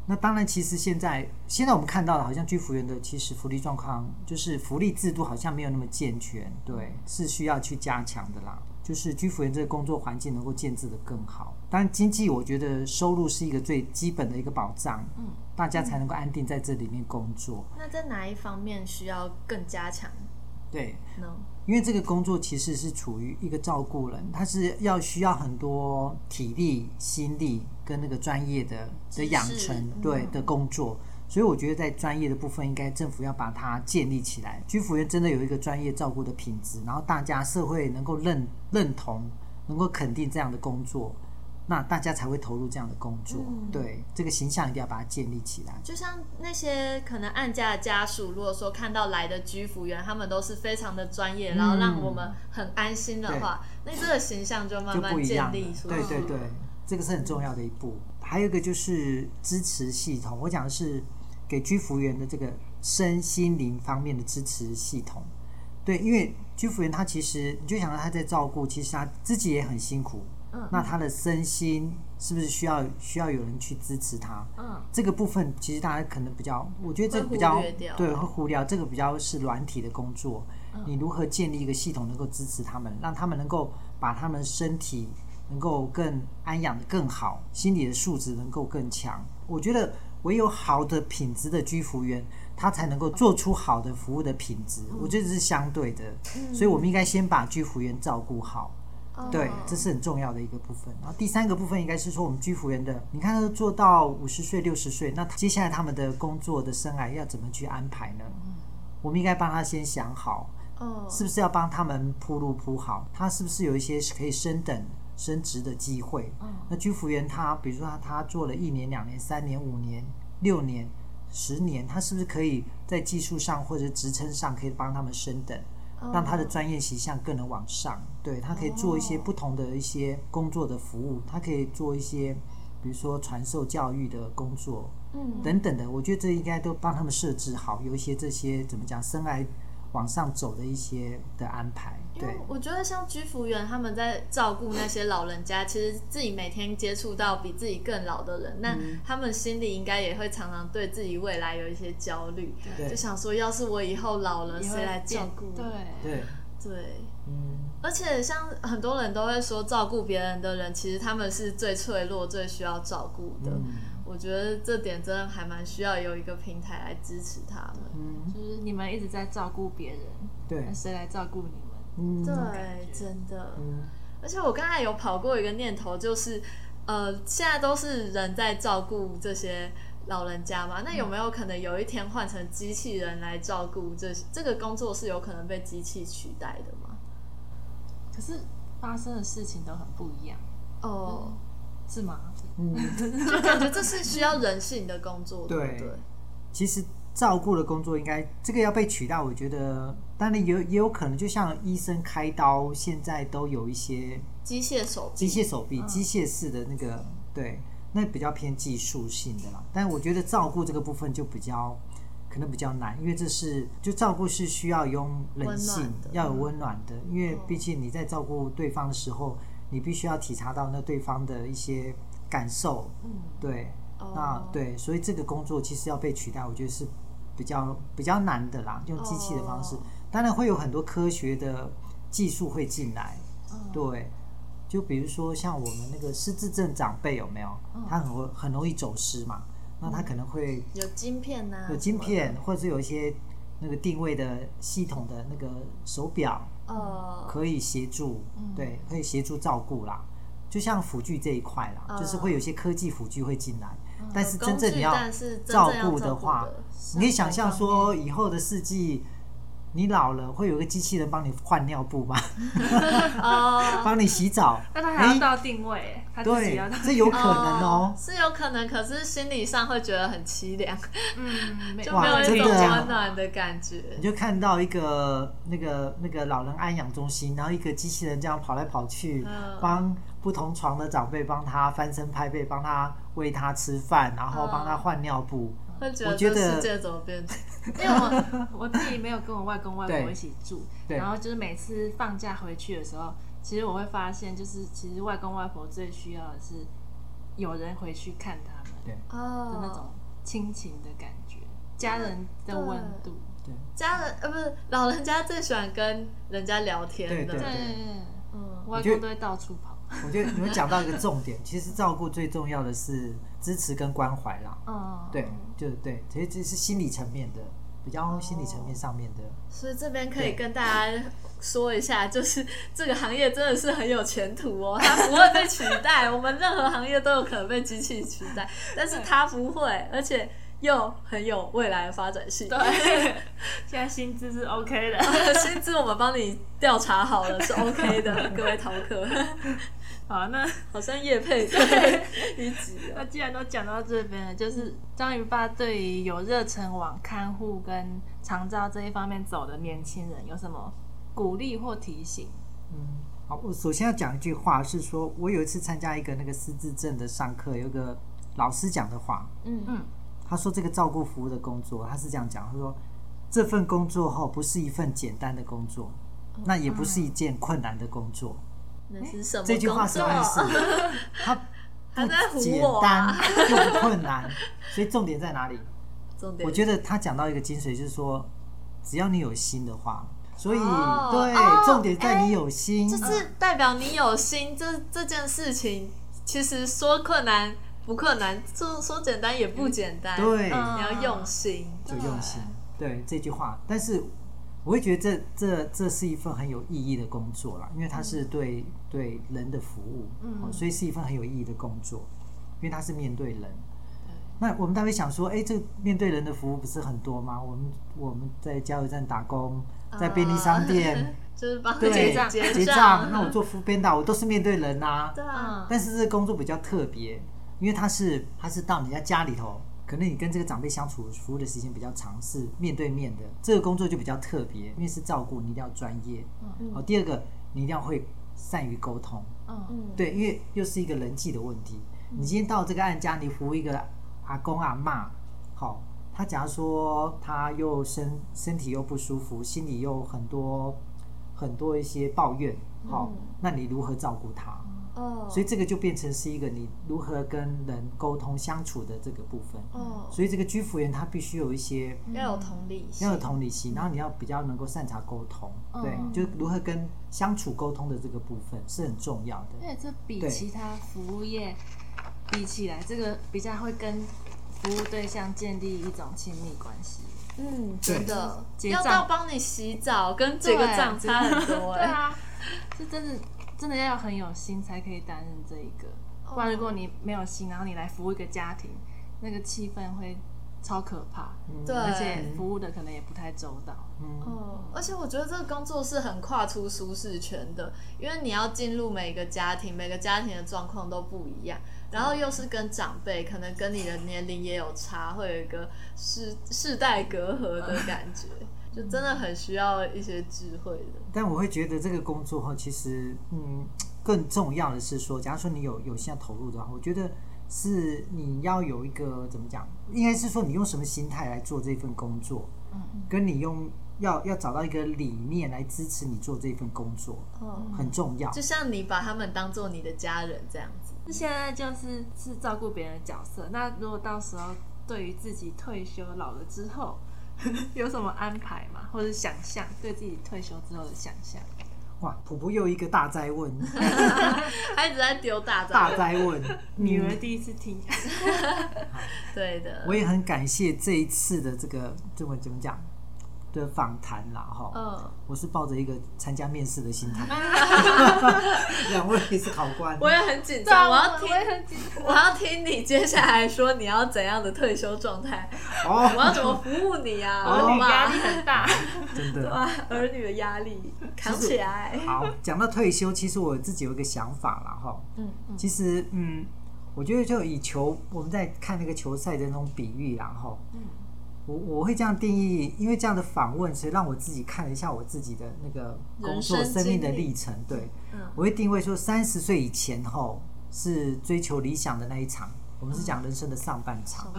S3: 那当然，其实现在现在我们看到的，好像居服员的其实福利状况，就是福利制度好像没有那么健全，对，是需要去加强的啦。就是居服员这个工作环境能够建制的更好。当然，经济我觉得收入是一个最基本的一个保障，嗯，大家才能够安定在这里面工作。
S4: 那在哪一方面需要更加强
S3: 对，
S4: 呢？
S3: 因为这个工作其实是处于一个照顾人，他是要需要很多体力、心力跟那个专业的的养
S2: 知识嗯
S3: 成，对的工作。所以我觉得在专业的部分，应该政府要把它建立起来。居服员真的有一个专业照顾的品质，然后大家社会能够认认同，能够肯定这样的工作，那大家才会投入这样的工作。
S2: 嗯
S3: 对，这个形象一定要把它建立起来。
S4: 就像那些可能案家的家属，如果说看到来的居服员，他们都是非常的专业，然后让我们很安心的话，那这个形象就慢
S3: 就不
S4: 慢
S3: 一
S4: 建
S3: 样了
S4: 立出来。嗯
S3: 对对对，这个是很重要的一步。还有一个就是支持系统，我讲的是给居服员的这个身心灵方面的支持系统。对，因为居服员他其实你就想到他在照顾，其实他自己也很辛苦。嗯，那他的身心是不是需要需要有人去支持他？
S1: 嗯，
S3: 这个部分其实大家可能比较，我觉得这个
S4: 会
S3: 比较
S4: 忽略掉嗯
S3: 对会忽略，这个比较是软体的工作。你如何建立一个系统能够支持他们，让他们能够把他们身体能够更安养的更好，心理的素质能够更强？我觉得唯有好的品质的居服员，他才能够做出好的服务的品质。
S4: 嗯
S3: 我觉得这是相对的，所以我们应该先把居服员照顾好。
S4: 哦
S3: 对，这是很重要的一个部分。然后第三个部分应该是说，我们居服员的，你看他做到五十岁、六十岁，那接下来他们的工作的生涯要怎么去安排呢？我们应该帮他先想好，
S4: 哦嗯
S3: 是不是要帮他们铺路铺好？他是不是有一些可以升等、升职的机会？那居服员他，比如说他他做了一年、两年、三年、五年、六年、十年，他是不是可以在技术上或者职称上可以帮他们升等？
S4: 哦
S3: 让他的专业形象更能往上。对他可以做一
S4: 哦
S3: 些不同的一些工作的服务，他可以做一些，比如说传授教育的工作，嗯，等等的。我觉得这应该都帮他们设置好，有一些这些怎么讲，生来往上走的一些的安排。
S4: 因为
S3: 对，
S4: 我觉得像居服员他们在照顾那些老人家，其实自己每天接触到比自己更老的人，那他们心里应该也会常常对自己未来有一些焦虑，
S3: 对
S4: 就想说，要是我以后老了，
S1: 也会
S4: 谁来照顾？
S1: 对，
S3: 对，
S4: 对
S3: 嗯，
S4: 而且像很多人都会说，照顾别人的人，其实他们是最脆弱、最需要照顾的。
S3: 嗯
S4: 我觉得这点真的还蛮需要有一个平台来支持他们。
S3: 嗯，
S1: 就是你们一直在照顾别人，
S3: 对
S1: 那，谁来照顾你们？
S3: 嗯，
S4: 对，真的。
S3: 嗯，
S4: 而且我刚才有跑过一个念头，就是呃，现在都是人在照顾这些老人家嘛，那有没有可能有一天换成机器人来照顾这这个工作是有可能被机器取代的吗？
S1: 可是发生的事情都很不一样，
S3: 嗯
S4: 哦，
S1: 是吗？
S4: 就感 觉这是需要人性的工作，对不
S3: 对
S4: 对？
S3: 其实照顾的工作应该这个要被取代，我觉得当然也有也有可能，就像医生开刀，现在都有一些
S4: 机械手
S3: 机械手
S4: 嗯
S3: 臂、机械式的那个，对，那比较偏技术性的啦。但我觉得照顾这个部分就比较可能比较难，因为这是就照顾是需要用人性
S4: 温暖的，嗯
S3: 要有温暖的，因为毕竟你在照顾对方的时候，你必须要体察到那对方的一些感受，嗯，对，
S4: 哦
S3: 那啊对，所以这个工作其实要被取代，我觉得是比较比较难的啦，用机器的方式，
S4: 哦
S3: 当然会有很多科学的技术会进来，
S1: 嗯
S3: 对。就比如说像我们那个失智症长辈有没有？
S1: 嗯
S3: 他很会很容易走失嘛，那他可能会
S4: 有晶片啊呐、
S3: 有晶片，或者是有一些那个定位的系统的那个手表，
S1: 嗯
S4: 呃，
S3: 可以协助，对，可以协助照顾啦。就像辅具这一块
S1: 嗯
S3: 啦，就是会有一些科技辅具会进来，但是真正
S4: 工具
S3: 你
S4: 但是真正
S3: 照
S4: 要
S3: 顾的话
S4: 照顾的，
S3: 你可以想象说以后的世纪，你老了会有个机器人帮你换尿布吗？
S4: 哦，
S3: 帮你洗 澡？
S1: 那他还
S3: 诶
S1: 要到定位，欸他啊自己
S3: 对
S1: 要到，
S3: 这 有可能哦。
S4: 是有可能，可是心理上会觉得很凄凉，
S1: 嗯，没
S4: 就
S3: 哇
S4: 没有一
S3: 真
S4: 种
S3: 的啊
S4: 温暖的感觉。
S3: 你就看到一个那个那个老人安养中心，然后一个机器人这样跑来跑去，
S1: 嗯
S4: 嗯
S3: 帮不同
S1: 嗯
S3: 床的长辈帮他翻身拍背，帮他喂他吃饭，然后帮他换尿布，
S4: 会觉
S3: 我
S4: 得
S3: 觉
S4: 这
S3: 得
S4: 世界怎么 变？
S1: 因为我我自己没有跟我外公外婆
S3: 对
S1: 一起住，
S3: 对
S1: 然后就是每次放假回去的时候，其实我会发现，就是其实外公外婆最需要的是有人回去看他们的那
S4: 哦，
S1: 种亲情的感觉，家人的温度。
S3: 对
S4: 家人呃不是老人家最喜欢跟人家聊天的，
S3: 对
S1: 对，
S4: 嗯，
S1: 我外公都会到处跑。
S3: 我觉得你们讲到一个重点，其实照顾最重要的是支持跟关怀啦。
S1: 嗯，
S3: 对，就对，其实这是心理层面的，比较心理
S1: 哦
S3: 层面上面的。
S4: 所以这边可以
S3: 对
S4: 跟大家说一下，就是这个行业真的是很有前途哦，它不会被取代。我们任何行业都有可能被机器取代，但是它不会，而且又很有未来的发展性。
S1: 对，现在薪资是 OK 的。
S4: 薪资我们帮你调查好了是 OK 的，各位逃课，
S1: 好，那
S4: 好像叶配对 一哦集
S1: 那
S4: 了。
S1: 既然都讲到这边了，就是章鱼爸对于有热忱往看护跟长照这一方面走的年轻人有什么鼓励或提醒？
S3: 嗯，好，我首先要讲一句话，是说我有一次参加一个那个失智症的上课，有个老师讲的话，
S4: 嗯，
S1: 嗯，
S3: 他说这个照顾服务的工作，他是这样讲，他说这份工作哈不是一份简单的工作，
S4: 哦
S3: 那也不是一件困难的工作。
S4: 那是嗯什么工作？啊
S3: 这句话什么意思？它
S4: 他在
S3: 不
S4: 唬
S3: 简
S4: 我
S3: 单
S4: 啊
S3: 又不困难， 所以重点在哪里？
S4: 重点
S3: 我觉得他讲到一个精髓，就是说，只要你有心的话，所以
S4: 哦
S3: 对
S4: 哦，哎
S3: 重点在你有心。
S4: 就是代表你有心，这这件事情其实说困难不困难，说说简单也不简单，
S3: 对，
S1: 嗯
S4: 你要用心，
S3: 就用心。对这句话，但是我会觉得这这这是一份很有意义的工作啦，因为它是对对人的服务，
S1: 嗯
S3: 哦所以是一份很有意义的工作，因为它是面对人。那我们大会想说，哎，这面对人的服务不是很多吗？我们我们在加油站打工，在便利商店
S4: 就是帮
S3: 对
S1: 结
S4: 哦账
S1: 账
S3: 结账，那我做副编导，我都是面对人呐、
S4: 对啊，
S3: 但是这个工作比较特别，因为它是它是到人家家里头，可能你跟这个长辈相处服务的时间比较长，是面对面的。这个工作就比较特别，因为是照顾，你一定要专业。
S4: 嗯
S3: 哦，第二个你一定要会善于沟通，
S1: 嗯
S4: 嗯，
S3: 对，因为又是一个人际的问题。你今天到这个案家，你服务一个阿公阿妈，好，他假如说他又身身体又不舒服，心里又很多很多一些抱怨，好，那你如何照顾他？
S4: 哦，
S3: 所以这个就变成是一个你如何跟人沟通相处的这个部分。
S4: 哦
S3: 所以这个居服员他必须有一些
S4: 要有同理心，
S3: 要有同理心，然后你要比较能够擅长沟通，
S4: 嗯
S3: 对，就如何跟相处沟通的这个部分是很重要
S1: 而
S3: 的。
S1: 且这比
S3: 对
S1: 其他服务业比起来，这个比较会跟服务对象建立一种亲密关系。
S4: 嗯，
S3: 对
S4: 真的
S1: 结
S4: 要
S1: 账
S4: 到帮你洗澡跟结个账
S1: 对
S4: 差很 多
S1: 对
S4: 哎，
S1: 啊，是真的，真的要很有心才可以担任这一个。
S4: 哦
S1: 不然如果你没有心，然后你来服务一个家庭，那个气氛会超可怕，
S4: 对，
S1: 而且服务的可能也不太周到。
S3: 嗯，
S4: 哦，而且我觉得这个工作是很跨出舒适圈的，因为你要进入每个家庭，每个家庭的状况都不一样，然后又是跟长辈，可能跟你的年龄也有差，会有一个世世代隔阂的感觉，就真的很需要一些智慧的。
S3: 但我会觉得这个工作哈，其实嗯，更重要的是说，假如说你有有心要投入的话，我觉得是你要有一个怎么讲，应该是说你用什么心态来做这份工作，跟你用要要找到一个理念来支持你做这份工作，
S4: 哦，
S3: 很重要
S4: 就。像你把他们当做你的家人这样子。
S1: 那现在就是是照顾别人的角色，那如果到时候对于自己退休老了之后， 有什么安排吗？或者想象对自己退休之后的想象？
S3: 哇，普普又一个大 灾问，
S4: 他一直在丢大招
S3: 大，灾 问。嗯
S1: 女儿第一次听，
S4: 对的
S3: 我，也很感谢这一次的这个这么怎么讲的访谈啦，哈。
S4: 嗯，
S3: 我是抱着一个参加面试的 心态， 两位也是考官，
S4: 我也很紧张，啊我要听，
S1: 很紧张。
S4: 我要听你接下来说你要怎样的退休状态。我
S3: 哦，
S4: 要怎么服务你啊？
S3: 哦
S4: 我的
S1: 压力
S4: 妈！
S1: 很大，
S3: 真的。
S4: 哇，儿女的压力扛起来。
S3: 好，讲到退休，其实我自己有一个想法啦，哈，
S4: 嗯，
S3: 其实嗯，我觉得就以球，我们在看那个球赛的那种比喻啦，哈，
S4: 嗯
S3: 我我会这样定义，因为这样的访问，其实让我自己看了一下我自己的那个工作
S4: 人生
S3: 生命的
S4: 经历
S3: 历程，对，
S4: 嗯
S3: 我会定位说三十岁以前
S4: 嗯
S3: 后是追求理想的那一场，我们是讲人生的上半场，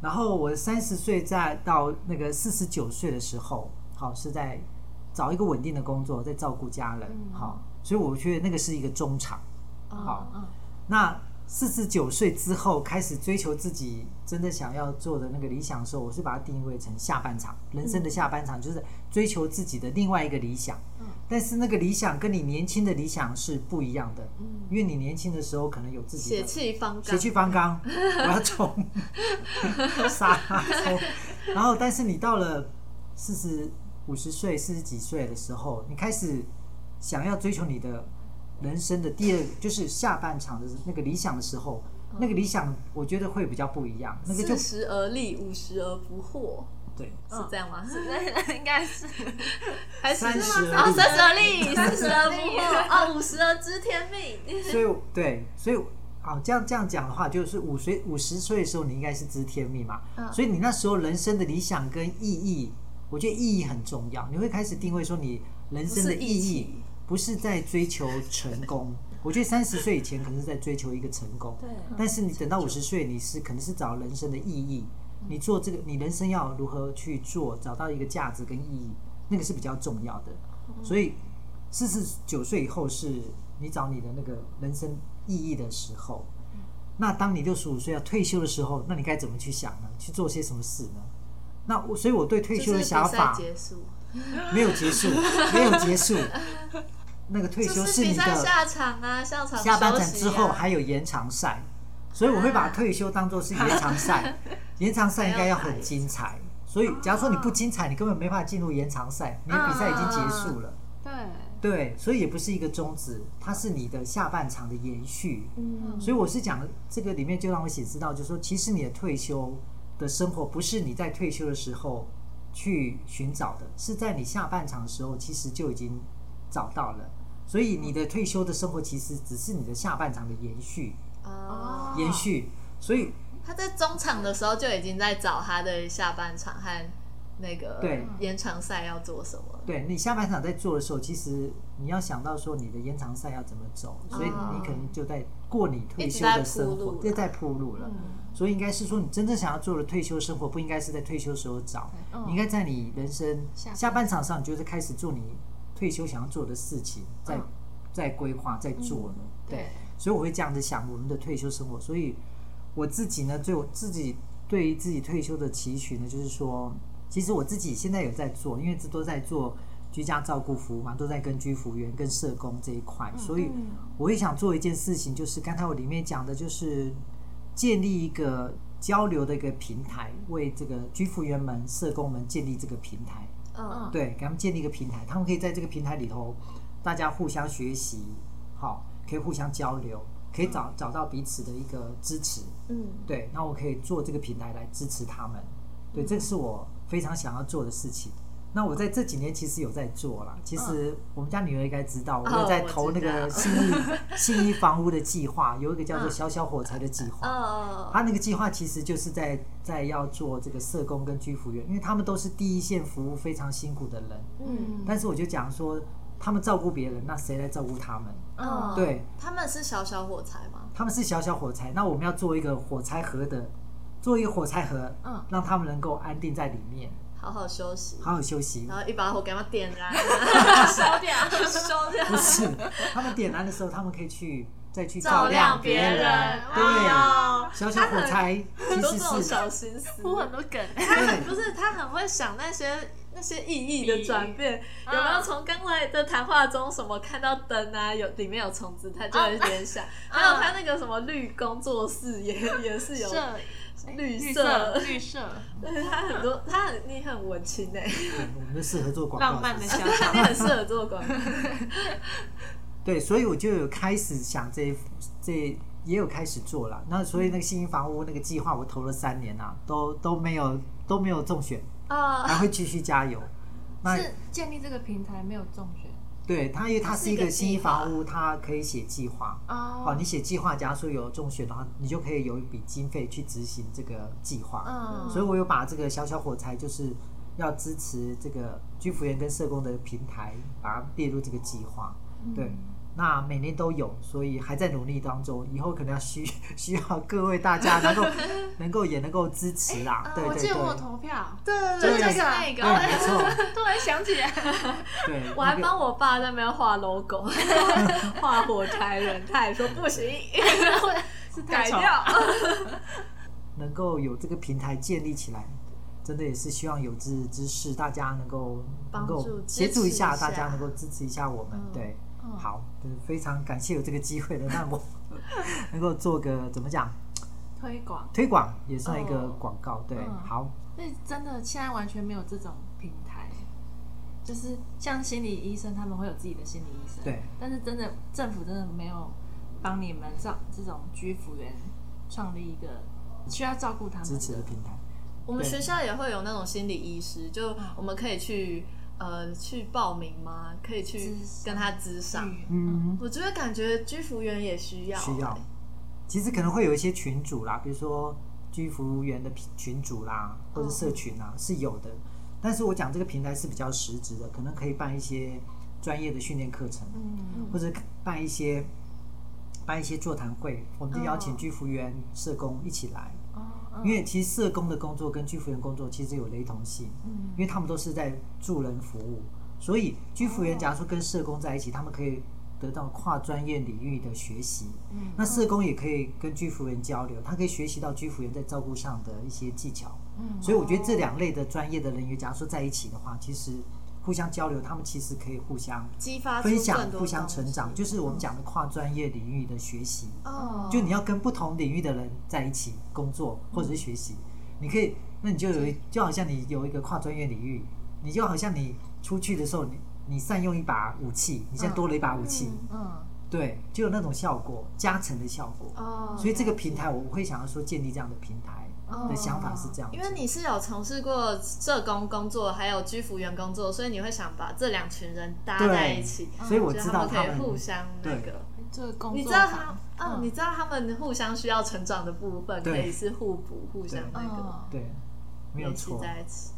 S3: 然后我三十岁再到那个四十九岁的时候，好是在找一个稳定的工作，在照顾家人，
S4: 嗯
S3: 好，所以我觉得那个是一个中场。
S4: 哦
S3: 好，那四十九岁之后开始追求自己真的想要做的那个理想的时候，我是把它定位成下半场，
S4: 嗯
S3: 人生的下半场就是追求自己的另外一个理想。
S4: 嗯
S3: 但是那个理想跟你年轻的理想是不一样的，因为你年轻的时候可能有自己的
S4: 嗯血气方刚
S3: 谁，去方刚，我要冲，杀冲。然后，但是你到了四十五十岁、四十几岁的时候，你开始想要追求你的人生的第二，就是下半场的那个理想的时候，那个理想我觉得会比较不一样。那个就
S4: 四十而立，五十而不惑，
S3: 对，
S4: 是这样吗？
S1: 对，应该是
S4: 还是
S3: 三十
S4: 啊，
S3: 而
S4: 三
S3: 立。
S4: 十而立，四十而不
S2: 32
S4: 惑，啊，五十而知天命。
S3: 所以对，所以啊，这样这样讲的话，就是五岁五十岁的时候，你应该是知天命嘛，所以你那时候人生的理想跟意义，我觉得意义很重要，你会开始定位说你人生的
S4: 不是
S3: 意
S4: 义气
S3: 义不是在追求成功，我觉得三十岁以前可能是在追求一个成功，
S1: 对
S4: 嗯
S3: 但是你等到五十岁，你是可能是找人生的意义，
S4: 嗯
S3: 你做这个，你人生要如何去做，找到一个价值跟意义，那个是比较重要的。
S4: 嗯
S3: 所以四十九岁以后是你找你的那个人生意义的时候。
S4: 嗯
S3: 那当你六十五岁要退休的时候，那你该怎么去想呢？去做些什么事呢？那我所以我对退休
S4: 就
S3: 的
S4: 是比
S3: 想
S4: 赛
S3: 法
S4: 结束，
S3: 没有结束，没有结 束。那个退
S4: 就
S3: 休
S4: 是
S3: 你
S4: 比
S3: 的
S4: 赛下场啊，下场
S3: 下半
S4: 休
S3: 场
S4: 息
S3: 之后
S4: 啊
S3: 还有延长赛，所以我会把退休当做是延 长赛。延长赛应该要很精彩，所以假如说你
S4: 哦
S3: 不精彩，你根本没办法进入延长赛，你的比赛已经结束
S4: 嗯
S3: 了。
S1: 对，
S3: 对，所以也不是一个终止，它是你的下半场的延续。
S1: 嗯
S3: 所以我是讲这个里面就让我写知道，就是说其实你的退休的生活不是你在退休的时候去寻找的，是在你下半场的时候其实就已经找到了。所以你的退休的生活其实只是你的下半场的延续，
S4: 哦，
S3: 延续。所以
S4: 他在中场的时候就已经在找他的下半场和那个
S3: 对
S4: 延长赛要做什么了。
S3: 对你下半场在做的时候，其实你要想到说你的延长赛要怎么走，所以你可能就在过你退休
S4: 啊
S3: 的生
S4: 一直在铺
S3: 活
S4: 路，
S3: 就在铺路了。所以应该是说，你真正想要做的退休生活，不应该是在退休时候找，你应该在你人生
S1: 哦下半
S3: 下半场上，你就是开始做你退休想要做的事情，在在规划，在做了。对，所以我会这样子想我们的退休生活。所以我自己呢，对我自己对于自己退休的期许呢，就是说，其实我自己现在有在做，因为这都在做居家照顾服务嘛，都在跟居服员、跟社工这一块，所以我也想做一件事情，就是刚才我里面讲的，就是建立一个交流的一个平台，为这个居服员们、社工们建立这个平台。
S4: 嗯，
S3: 对，给他们建立一个平台，他们可以在这个平台里头，大家互相学习，好，可以互相交流，可以找找到彼此的一个支持。
S4: 嗯，
S3: 对，那我可以做这个平台来支持他们。对，
S4: 嗯
S3: 这是我非常想要做的事情。那我在这几年其实有在做啦，其实我们家女儿应该知道，我有在投那
S4: 嗯哦我
S3: 个
S4: 知
S3: 信义信义房屋的计划，有一个叫做“小小火柴”的计划。
S4: 嗯哦，
S3: 他那个计划其实就是在在要做这个社工跟居服员，因为他们都是第一线服务非常辛苦的人。
S4: 嗯，
S3: 但是我就讲说，他们照顾别人，那谁来照顾他们？
S4: 嗯，
S3: 对，
S4: 他们是小小火柴吗？
S3: 他们是小小火柴，那我们要做一个火柴盒的，做一个火柴盒，
S1: 嗯，
S3: 让他们能够安定在里面，
S4: 好好休息，
S3: 好好 休息。
S4: 然后一把火给他们点燃， 烧掉，烧 掉，
S3: 不是，他们点燃的时候，他们可以去再去
S4: 照亮
S3: 亮
S4: 别
S3: 人。
S4: 人。
S3: 对，
S4: 哇哦，
S3: 小小火柴其
S4: 都这
S3: 实
S4: 种
S3: 是
S4: 小心思，
S1: 铺很多梗，
S3: 对
S4: 不是他很会想那些那些意义的转变，有
S1: 嗯
S4: 没有从刚才的谈话中什么看到灯啊，有里面有虫子，他就有点想，还有他那个什么绿工作室也 也嗯是有，
S1: 色
S4: 绿
S1: 绿
S4: 色
S1: 绿色
S4: 对他很多，他很你很文青哎、
S3: 对我们就适合做广告。
S1: 浪漫的
S3: 是不是
S1: 小小
S4: 你很适合做广 告，
S3: 对，所以我就有开始想这一这也有开始做了。那所以那个新房屋那个计划，我投了三年啊，都都没有都没有中选，
S4: 啊、
S3: 还会继续加油。那
S1: 是 建立这个平台没有中选
S3: 对它，因为它
S4: 是
S3: 是
S4: 一
S3: 一
S4: 个
S3: 个新
S4: 计划
S3: 房屋，它可以写计划。好，
S1: 哦，
S3: 啊你写计划，假如说有中选的话，你就可以有一笔经费去执行这个计划。
S1: 嗯
S3: 所以我有把这个小小火柴，就是要支
S1: 嗯
S3: 持这个居服员跟社工的平台，把它列入这个计划。对，那每年都有，所以还在努力当中。以后可能要需 需要各位大家 能够能够也能够支持啦。对
S1: 哦我
S3: 对
S1: 记得
S3: 对，
S1: 我有投票，
S4: 对对
S3: 真的
S4: 对，就是
S1: 有
S4: 那
S3: 对，没
S4: 个，
S3: 错，
S1: 突然想起来，
S3: 对。
S4: 我还
S3: 那个
S4: 帮我爸在那边画 logo，画火柴人，他也说不行，
S1: 是太
S4: 改
S1: 丑。
S4: 掉。
S3: 能够有这个平台建立起来，真的也是希望有志之士大家能够
S4: 帮
S3: 能
S4: 助
S3: 够
S4: 支
S3: 协助
S4: 持
S3: 一下，
S4: 一
S3: 大家
S4: 下
S3: 能够支持一下我们。对，好，就是非常感谢有这个机会能让我 能够做个怎么讲
S1: 推广，
S3: 推广，也算一个
S1: 哦
S3: 广告。对，
S1: 嗯
S3: 好，
S1: 那真的现在完全没有这种平台，就是像心理医生，他们会有自己的心理医生，
S3: 对，
S1: 但是真的政府真的没有帮你们造这种居服员创立一个需要照顾他们
S3: 支持的
S1: 的
S3: 平台。
S4: 我们
S3: 对
S4: 学校也会有那种心理医师，就我们可以去呃去报名吗？可以去
S1: 咨商
S4: 跟他咨商。
S1: 剧
S3: 嗯，
S4: 我觉得感觉居服员也需要，
S3: 需要。其实可能会有一些群主啦，比如说居服务员的群群主啦，或者社群
S1: 嗯
S3: 啊，是有的。但是我讲这个平台是比较实质的，可能可以办一些专业的训练课程。
S1: 嗯，
S3: 或者办一些办一些座谈会，我们就邀请
S1: 哦
S3: 居服员、社工一起来，
S1: 哦，
S3: 因为其实社工的工作跟居服员工作其实有雷同性，
S1: 嗯
S3: 因为他们都是在助人服务，所以居服员假如说跟社工在一起，他们可以得到跨专业领域的学习，
S1: 嗯
S3: 那社工也可以跟居服员交流，他可以学习到居服员在照顾上的一些技巧，
S1: 嗯
S3: 所以我觉得这两类的专业的人员，假如说在一起的话，其实互相交流，他们其实可以互相
S4: 激发出
S3: 分享
S4: 更、多
S3: 互相成长，
S4: 东西
S3: 就是我们讲的跨专业领域的学习。
S4: 哦，
S3: 就你要跟不同领域的人在一起工作或者是学习，你可以，那你就有一，就好像你有一个跨专业领域，你就好像你出去的时候，你你善用一把武器，你现在多了一把武器，
S1: 嗯
S3: 对，就有那种效果，加成的效果。
S4: 哦，
S3: 所以这个平台，我会想要说建立这样的平台
S1: 哦
S3: 的想法是这样
S4: 哦
S3: 子，
S4: 因为你是有从事过社工工作，还有居服员工作，所以你会想把这两群人搭
S3: 对
S4: 在一起，
S3: 所以我
S4: 就
S3: 知
S4: 是
S3: 道
S4: 他们
S3: 他
S4: 可以
S3: 们
S4: 互相那
S3: 对
S4: 个。
S1: 这个工作
S4: 你知道他
S1: 坊，
S4: 哦，你知道他们互相需要成长的部分，
S3: 嗯对
S4: 可以是互补、互相那个
S1: 嗯，
S3: 对，没有
S4: 联系
S3: 错，
S4: 在一 起，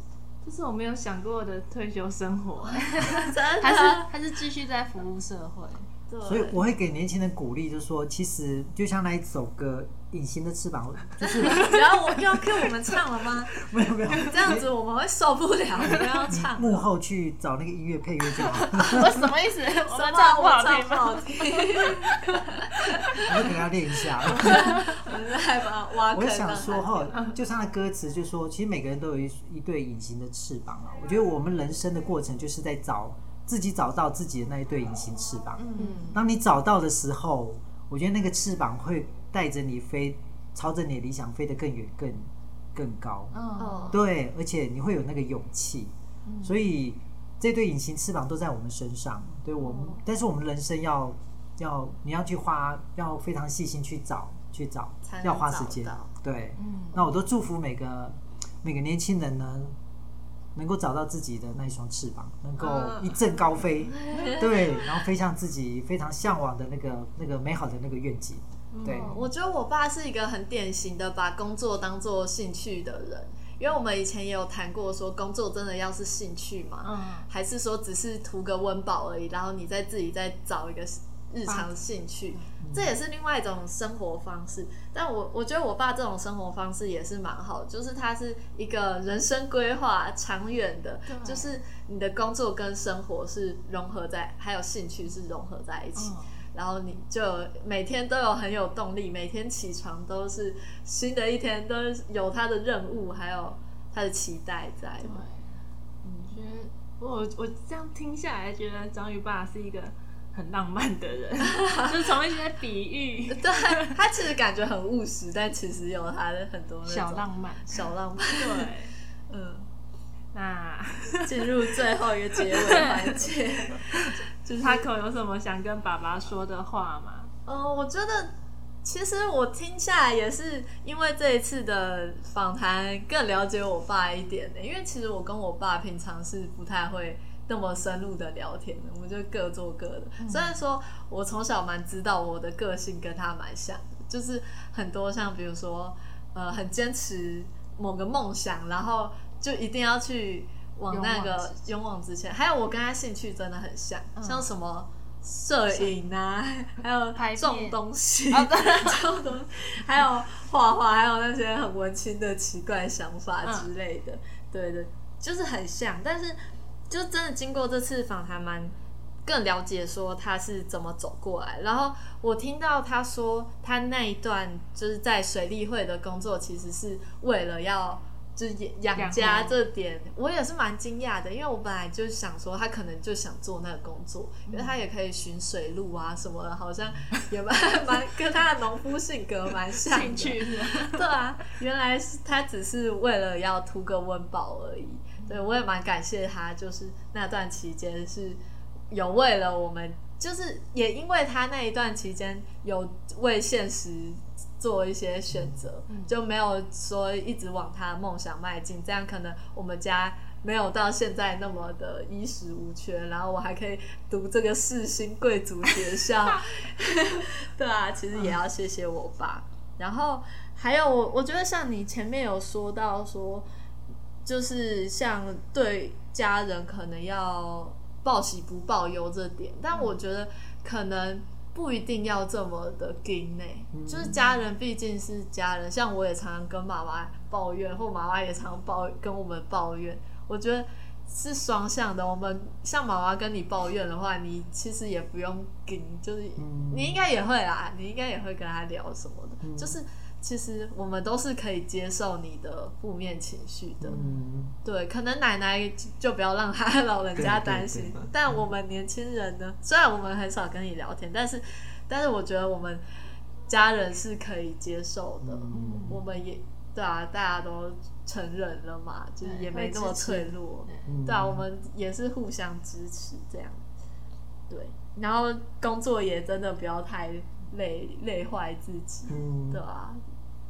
S1: 这是我没有想过的退休生活，
S4: 真的
S1: 还是还是继续在服务社会，
S4: 对
S3: 所以我会给年轻人鼓励，就是说，其实就像那一首歌《隐形的翅膀》，就 是
S4: 然后我又要跟我们唱了吗？
S3: 没有没 有
S4: 这样子我们会受不了，我们要唱。
S3: 幕后去找那个音乐配乐就 好了，
S1: 我什么意思？我
S4: 什
S1: 们
S4: 么
S1: 这样不好
S4: 唱
S1: 听
S4: 不
S1: 吗？
S4: 好听，
S3: 我们可能要练一下。
S4: 我们害怕挖
S3: 我
S4: 坑
S3: 想
S4: 让
S3: 说
S4: 他。
S3: 哈，就像那歌词就说，其实每个人都有一一对隐形的翅膀啊。我觉得我们人生的过程就是在找自己找到自己的那一对隐形翅膀。
S1: 嗯，
S3: 当你找到的时候，我觉得那个翅膀会带着你飞，朝着你的理想飞得更远、更更高。
S1: 哦，
S3: 对，而且你会有那个勇气，
S4: 嗯
S3: 所以这对隐形翅膀都在我们身上。对我
S4: 哦
S3: 们，但是我们人生要要你要去花，要非常细心去找去找
S4: 才，能
S3: 要花
S4: 找
S3: 时间
S4: 到。
S3: 对，
S1: 嗯
S3: 那我都祝福每个每个年轻人呢，能够找到自己的那一双翅膀，能够
S4: 嗯
S1: 啊
S3: 一振高飞， 对，然后飞向自己非常向往的那个那个美好的那个愿景。对，
S4: 哦我觉得我爸是一个很典型的把工作当做兴趣的人，因为我们以前也有谈过说，工作真的要是兴趣嘛，
S1: 嗯
S4: 还是说只是图个温饱而已，然后你再自己再找一个日常兴趣，
S1: 嗯
S4: 这也是另外一种生活方式。但我我觉得我爸这种生活方式也是蛮好，就是他是一个人生规划长远的，
S1: 对
S4: 就是你的工作跟生活是融合在，还有兴趣是融合在一起。
S1: 嗯
S4: 然后你就每天都有很有动力，每天起床都是新的一天，都是有他的任务，还有他的期待在
S1: 对
S4: 嘛。，
S1: 我觉得我我这样听下来，觉得章鱼爸是一个很浪漫的 人，就是从一些比喻
S4: 对，他其实感觉很务实，但其实有他的很多那种
S1: 小浪漫，
S4: 小浪漫。
S1: 对，
S4: 嗯，
S1: 那
S4: 进入最后一个结尾环 节。
S1: 就是他可有什么想跟爸爸说的话吗？
S4: 呃，我觉得其实我听下来也是因为这一次的访谈更了解我爸一点的，因为其实我跟我爸平常是不太会那么深入的聊天的，我们就各做各的。
S1: 嗯
S4: 虽然说我从小蛮知道我的个性跟他蛮像的，就是很多像比如说呃很坚持某个梦想，然后就一定要去往那
S1: 勇往
S4: 个
S1: 直嗯
S4: 勇往直前。还有我跟他兴趣真的很像，像什么。摄影啊，还有
S1: 拍片
S4: 种东西，
S1: 啊
S4: 种东西，还有画画，还有那些很文青的奇怪想法
S1: 嗯
S4: 之类的。对对，就是很像，但是就真的经过这次访谈，蛮更了解说他是怎么走过来。然后我听到他说，他那一段就是在水利会的工作，其实是为了要。就是养
S1: 养
S4: 养家
S1: 活
S4: 这点，我也是蛮惊讶的，因为我本来就想说他可能就想做那个工作，
S1: 嗯
S4: 因为他也可以寻水路啊什么的，好像也蛮蛮跟他的农夫性格蛮像的。
S1: 兴趣是
S4: 对啊，原来是他只是为了要图个温饱而已。对，我也蛮感谢他，就是那段期间是有为了我们，就是也因为他那一段期间有为现实做一些选择，就没有说一直往他的梦想迈进，这样可能我们家。没有到现在那么的衣食无缺，然后我还可以读这个世新贵族学校， 对啊，其实也要谢谢我爸。然后还有我，我觉得像你前面有说到说，就是像对家人可能要报喜不报忧这点，但我觉得可能不一定要这么的硬呢、就是家人毕竟是家人，像我也常常跟妈妈抱怨，或妈妈也常抱跟我们抱怨，我觉得。是双向的，我们像妈妈跟你抱怨的话，你其实也不用顶，就是
S3: 嗯
S4: 你应该也会啦，你应该也会跟他聊什么的，就是其实我们都是可以接受你的负面情绪的，
S3: 嗯，
S4: 对，可能奶奶就就不要让她老人家担心
S3: 对对对，
S4: 但我们年轻人呢，虽然我们很少跟你聊天，但是但是我觉得我们家人是可以接受的，
S3: 嗯
S4: 我们也对啊，大家都成人了嘛，就是
S1: 对
S4: 也没那么脆弱，
S3: 嗯
S4: 对啊，我们也是互相支持这样，对，然后工作也真的不要太累累坏自己，
S3: 嗯
S4: 对啊，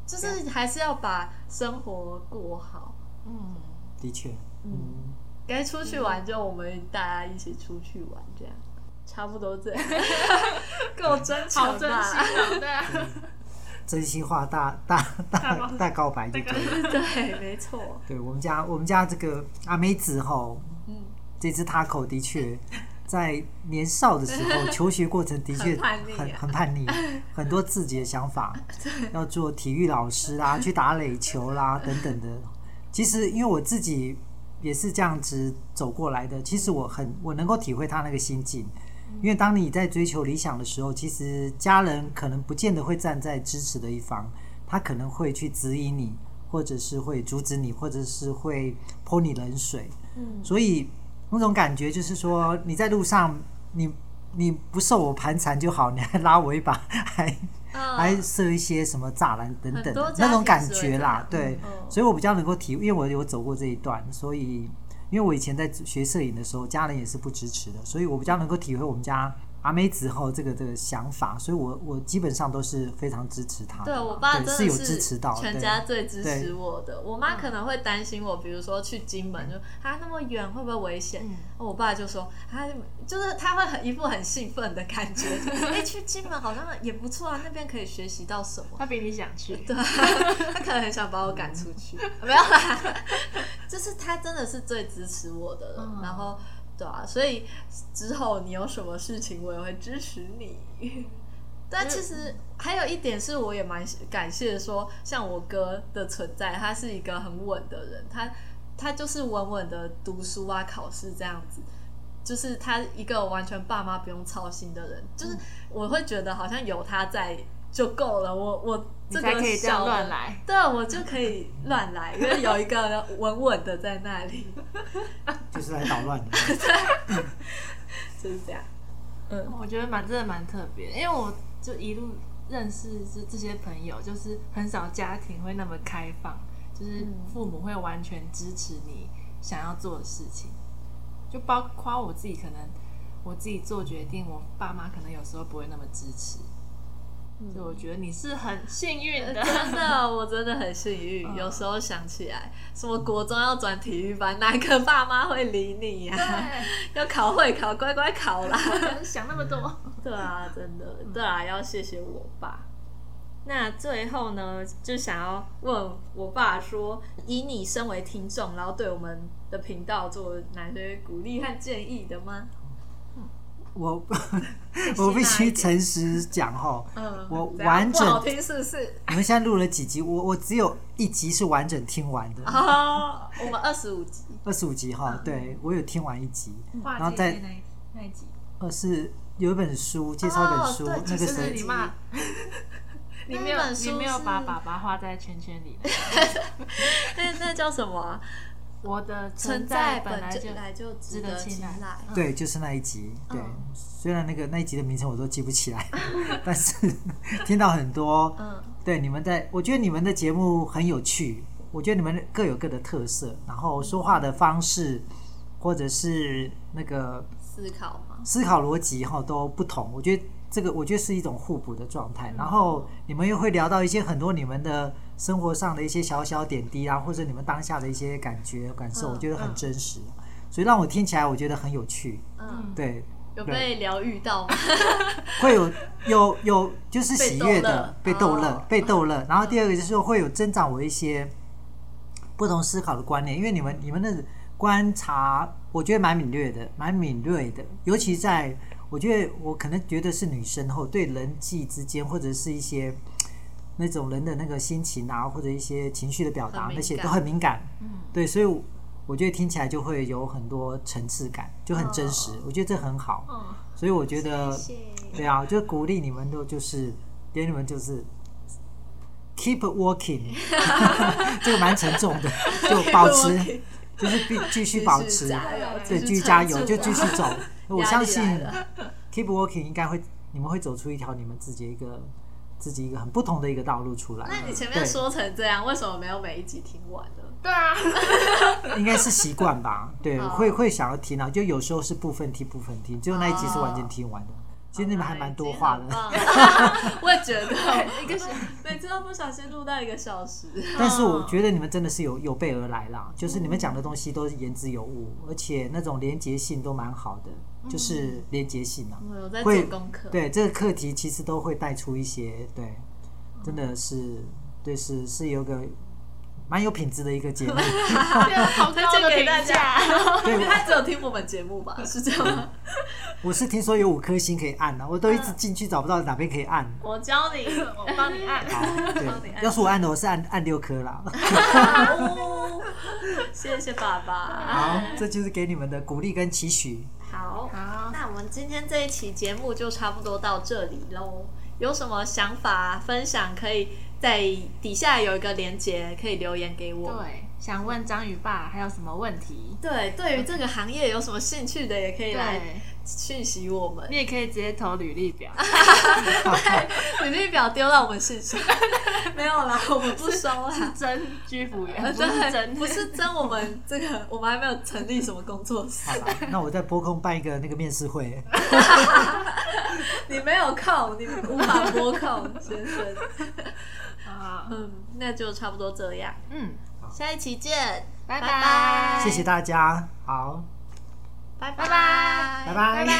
S4: 就是还是要把生活过好。
S1: 嗯，
S3: 的确，嗯，
S4: 该出去玩就我们大家一起出去玩，这样差不多这样，够真诚
S1: 好真
S4: 吧？
S1: 心哦，对啊，
S3: 真心话大大
S1: 大
S3: 大
S1: 冒
S3: 大告白就对 了。
S4: 对，没错。
S3: 对我们家我们家这个阿美子哈，
S4: 嗯
S3: 这只 taco 的确在年少的时候求学过程的
S4: 很
S3: 确
S4: 叛逆啊
S3: 很很 叛逆，很多自己的想法，要做体育老 师啦，去打垒球啦等等的。其实因为我自己也是这样子走过来的，其实我很我能够体会他那个心境。
S4: 嗯
S3: 因为当你在追求理想的时候，其实家人可能不见得会站在支持的一方，他可能会去指引你，或者是会阻止你，或者是会泼你冷水。嗯，所以那种感觉就是说，你在路上，你你不受我盘缠就好，你还拉我 一把，还还
S4: 嗯，
S3: 设一些什么栅栏等等
S4: 很多
S3: 的
S4: 家庭
S3: 那种感觉啦，
S4: 是会这
S3: 对
S4: 样嗯，嗯
S3: 所以我比较能够体，因为我有走过这一段，所以因为我以前在学摄影的时候，家人也是不支持的，所以我比较能够体会我们家阿美子后这个这个想法，所以我我基本上都是非常支持她的
S4: 对
S3: 啦。
S4: 我爸真
S3: 对
S4: 的
S3: 是有支持到，
S4: 全
S3: 对
S4: 家最支
S3: 对
S4: 持我的。我妈可能会担心我，比如说去金门，就啊那么远会不会危险？
S1: 嗯
S4: 我爸就说啊，就是他会很一副很兴奋的感觉，哎、诶去金门好像也不错啊，那边可以学习到什么。
S1: 他比你想去，
S4: 对，啊他可能很想把我赶出去， 没有啦，就是他真的是最支持我的人，然后对啊，所以之后你有什么事情，我也会支持 你。但其实还有一点是，我也蛮感谢说，像我哥的存在，他是一个很稳的人，他他就是稳稳的读书啊、考试这样子，就是他一个完全爸妈不用操心的人，
S1: 嗯
S4: 就是我会觉得好像有他在就够了，我我
S1: 你
S4: 这
S1: 才
S4: 个
S1: 可以这样
S4: 小的
S1: 乱，来。
S4: 对我就可以乱来，因为有一个稳稳的在那 里，
S3: 就是来捣乱的。
S4: 就是这样。
S1: 我觉得蛮真的蛮特别，因为我就一路认识这这些朋友，就是很少家庭会那么开放，就是父母会完全支持你想要做的事情，就包括我自己，可能我自己做决定，我爸妈可能有时候不会那么支持，所以我觉得你是很幸运 的。
S4: 真的，我真的很幸运。
S1: 嗯
S4: 有时候想起来，什么国中要转体育班，哪个爸妈会理你呀、要考会考，乖乖考啦。
S1: 对，想那么 多，
S4: 对啊，真的，对啊，要谢谢我爸。那最后呢，就想要问我爸说，以你身为听众，然后对我们的频道做哪些鼓励和建议的吗？
S3: 我我必须诚实讲哈，
S4: 嗯，
S3: 我
S4: 怎样
S3: 完
S4: 不好
S3: 整
S4: 听是不是？
S3: 你们现在录了几集？我我只有一集是完整听完的，
S4: 啊，我们二十五集，
S3: 二十五集哈，对我有听完一集，
S1: 化
S3: 然后
S1: 解
S3: 再
S1: 界那一那一集，
S3: 呃是有一本书介绍一本书，
S4: 哦对
S3: 那
S1: 就
S3: 个
S1: 是
S3: 谁
S1: 你骂，你没有
S4: 那本
S1: 你
S4: 书
S1: 没有
S4: 是
S1: 把爸爸画在圈圈里，
S4: 那那叫什么啊？
S1: 我的
S4: 存
S1: 存
S4: 在
S1: 在
S4: 本
S1: 本来就
S4: 就来就值
S1: 得
S4: 得
S1: 青
S4: 青
S1: 睐
S4: 睐。
S3: 对，就是那一集。对，虽然那个那一集的名称我都记不起来，但是听到很多。
S4: 嗯，
S3: 对，你们在，我觉得你们的节目很有趣，我觉得你们各有各的特色，然后说话的方式或者是那个
S4: 思考嘛，
S3: 思考逻辑哈都不同，我觉得这个我觉得是一种互补的状态。然后你们又会聊到一些很多你们的生活上的一些小小点滴啊，或者你们当下的一些感觉感受，我觉得很真实，所以让我听起来我觉得很有趣。
S4: 嗯，
S3: 对，
S4: 有被疗愈到吗？
S3: 会有有有就是喜悦的
S4: 被
S3: 被
S4: 逗
S3: 逗
S4: 乐哦
S3: 乐，被逗乐。然后第二个就是说会有增长我一些不同思考的观念，因为你们你们的观察，我觉得蛮敏锐的，蛮敏锐的，尤其在我觉得我可能觉得是女生后对人际之间或者是一些。那种人的那个心情啊，或者一些情绪的表达
S4: 很，敏
S3: 那些都
S4: 感
S3: 很敏感。嗯，对，所以我我觉得听起来就会有很多层次感，就很真实。我觉得这很好。
S4: 嗯，
S3: 所以我觉得，
S4: 哦谢
S3: 对啊，就鼓励你们都就是给你们就是 keep working，这个蛮沉重的，就保持
S4: working，
S3: 就是必继续保持，
S4: 加油，
S3: 对，继
S4: 继
S3: 续
S4: 续
S3: 加
S4: 撑
S3: 油，
S4: 住
S3: 就
S4: 啊
S3: 继续 走。我
S4: 压
S3: 相
S4: 力
S3: 信
S4: 来了
S3: keep working 应该会，你们会走出一条你们自己一个自己一个很不同的一个道路出来。
S4: 那你前
S3: 对
S4: 面说成这样，为什么没有每一集听完呢？
S1: 对啊，
S3: 应该是习 惯吧，对，
S4: 哦
S3: 会会想要听啊，就有时候是部分听部分听，只有那一
S4: 哦
S3: 集是完全听完的。其实你们还蛮多话的
S4: 已经，很棒了欸 我也觉得，
S1: 一个是
S4: 每次都不小心录到一个小时。
S3: 但是我觉得你们真的是有有备而来啦，就是你们讲的东西都是言之有物，而且那种连结性都蛮好的，就是连结性啊，
S4: 我有在做
S3: 会
S4: 功课，
S3: 对这个课题其实都会带出一些，对，真的是对是是有个蛮有品质的一个节目，
S1: 对啊好
S4: 推
S1: 高
S4: 荐
S1: 的
S4: 给
S1: 评
S4: 大
S1: 价，
S4: 家。
S3: 对
S4: 他只有听我们节目吧？是这样 吗？
S3: 我是听说有五颗星可以按啊，我都一直进去找不到哪边可以按。
S1: 我教你，我帮你按，
S3: 好，对，要是我按的，我是按按六颗啦。
S4: 哦谢谢爸爸。
S3: 好，这就是给你们的鼓励跟期许。
S4: 好，
S1: 好，
S4: 那我们今天这一期节目就差不多到这里喽。有什么想法分享，可以在底下有一个连接，可以留言给我。
S1: 对，想问章鱼爸还有什么问题？
S4: 对，对于这个行业有什么兴趣的，也可以来
S1: 对，
S4: 讯息我们
S1: 你，也可以直接投履历表，
S4: 履历表丢到我们信上。 没有啦，我们不收啦。
S1: 真居服员，不是
S4: 对，
S1: 真，
S4: 不是真，我们这个我们还没有成立什么工作室
S3: 好，啦，那我再拨空办一个那个面试会。
S4: 你没有空，你无法拨空，先生。
S1: 啊，
S4: 嗯，那就差不多这样，
S1: 嗯，
S4: 下一期见，
S1: 拜
S4: 拜拜
S3: 谢谢大家，好，
S4: 拜
S1: 拜拜
S3: 拜拜。
S1: 拜。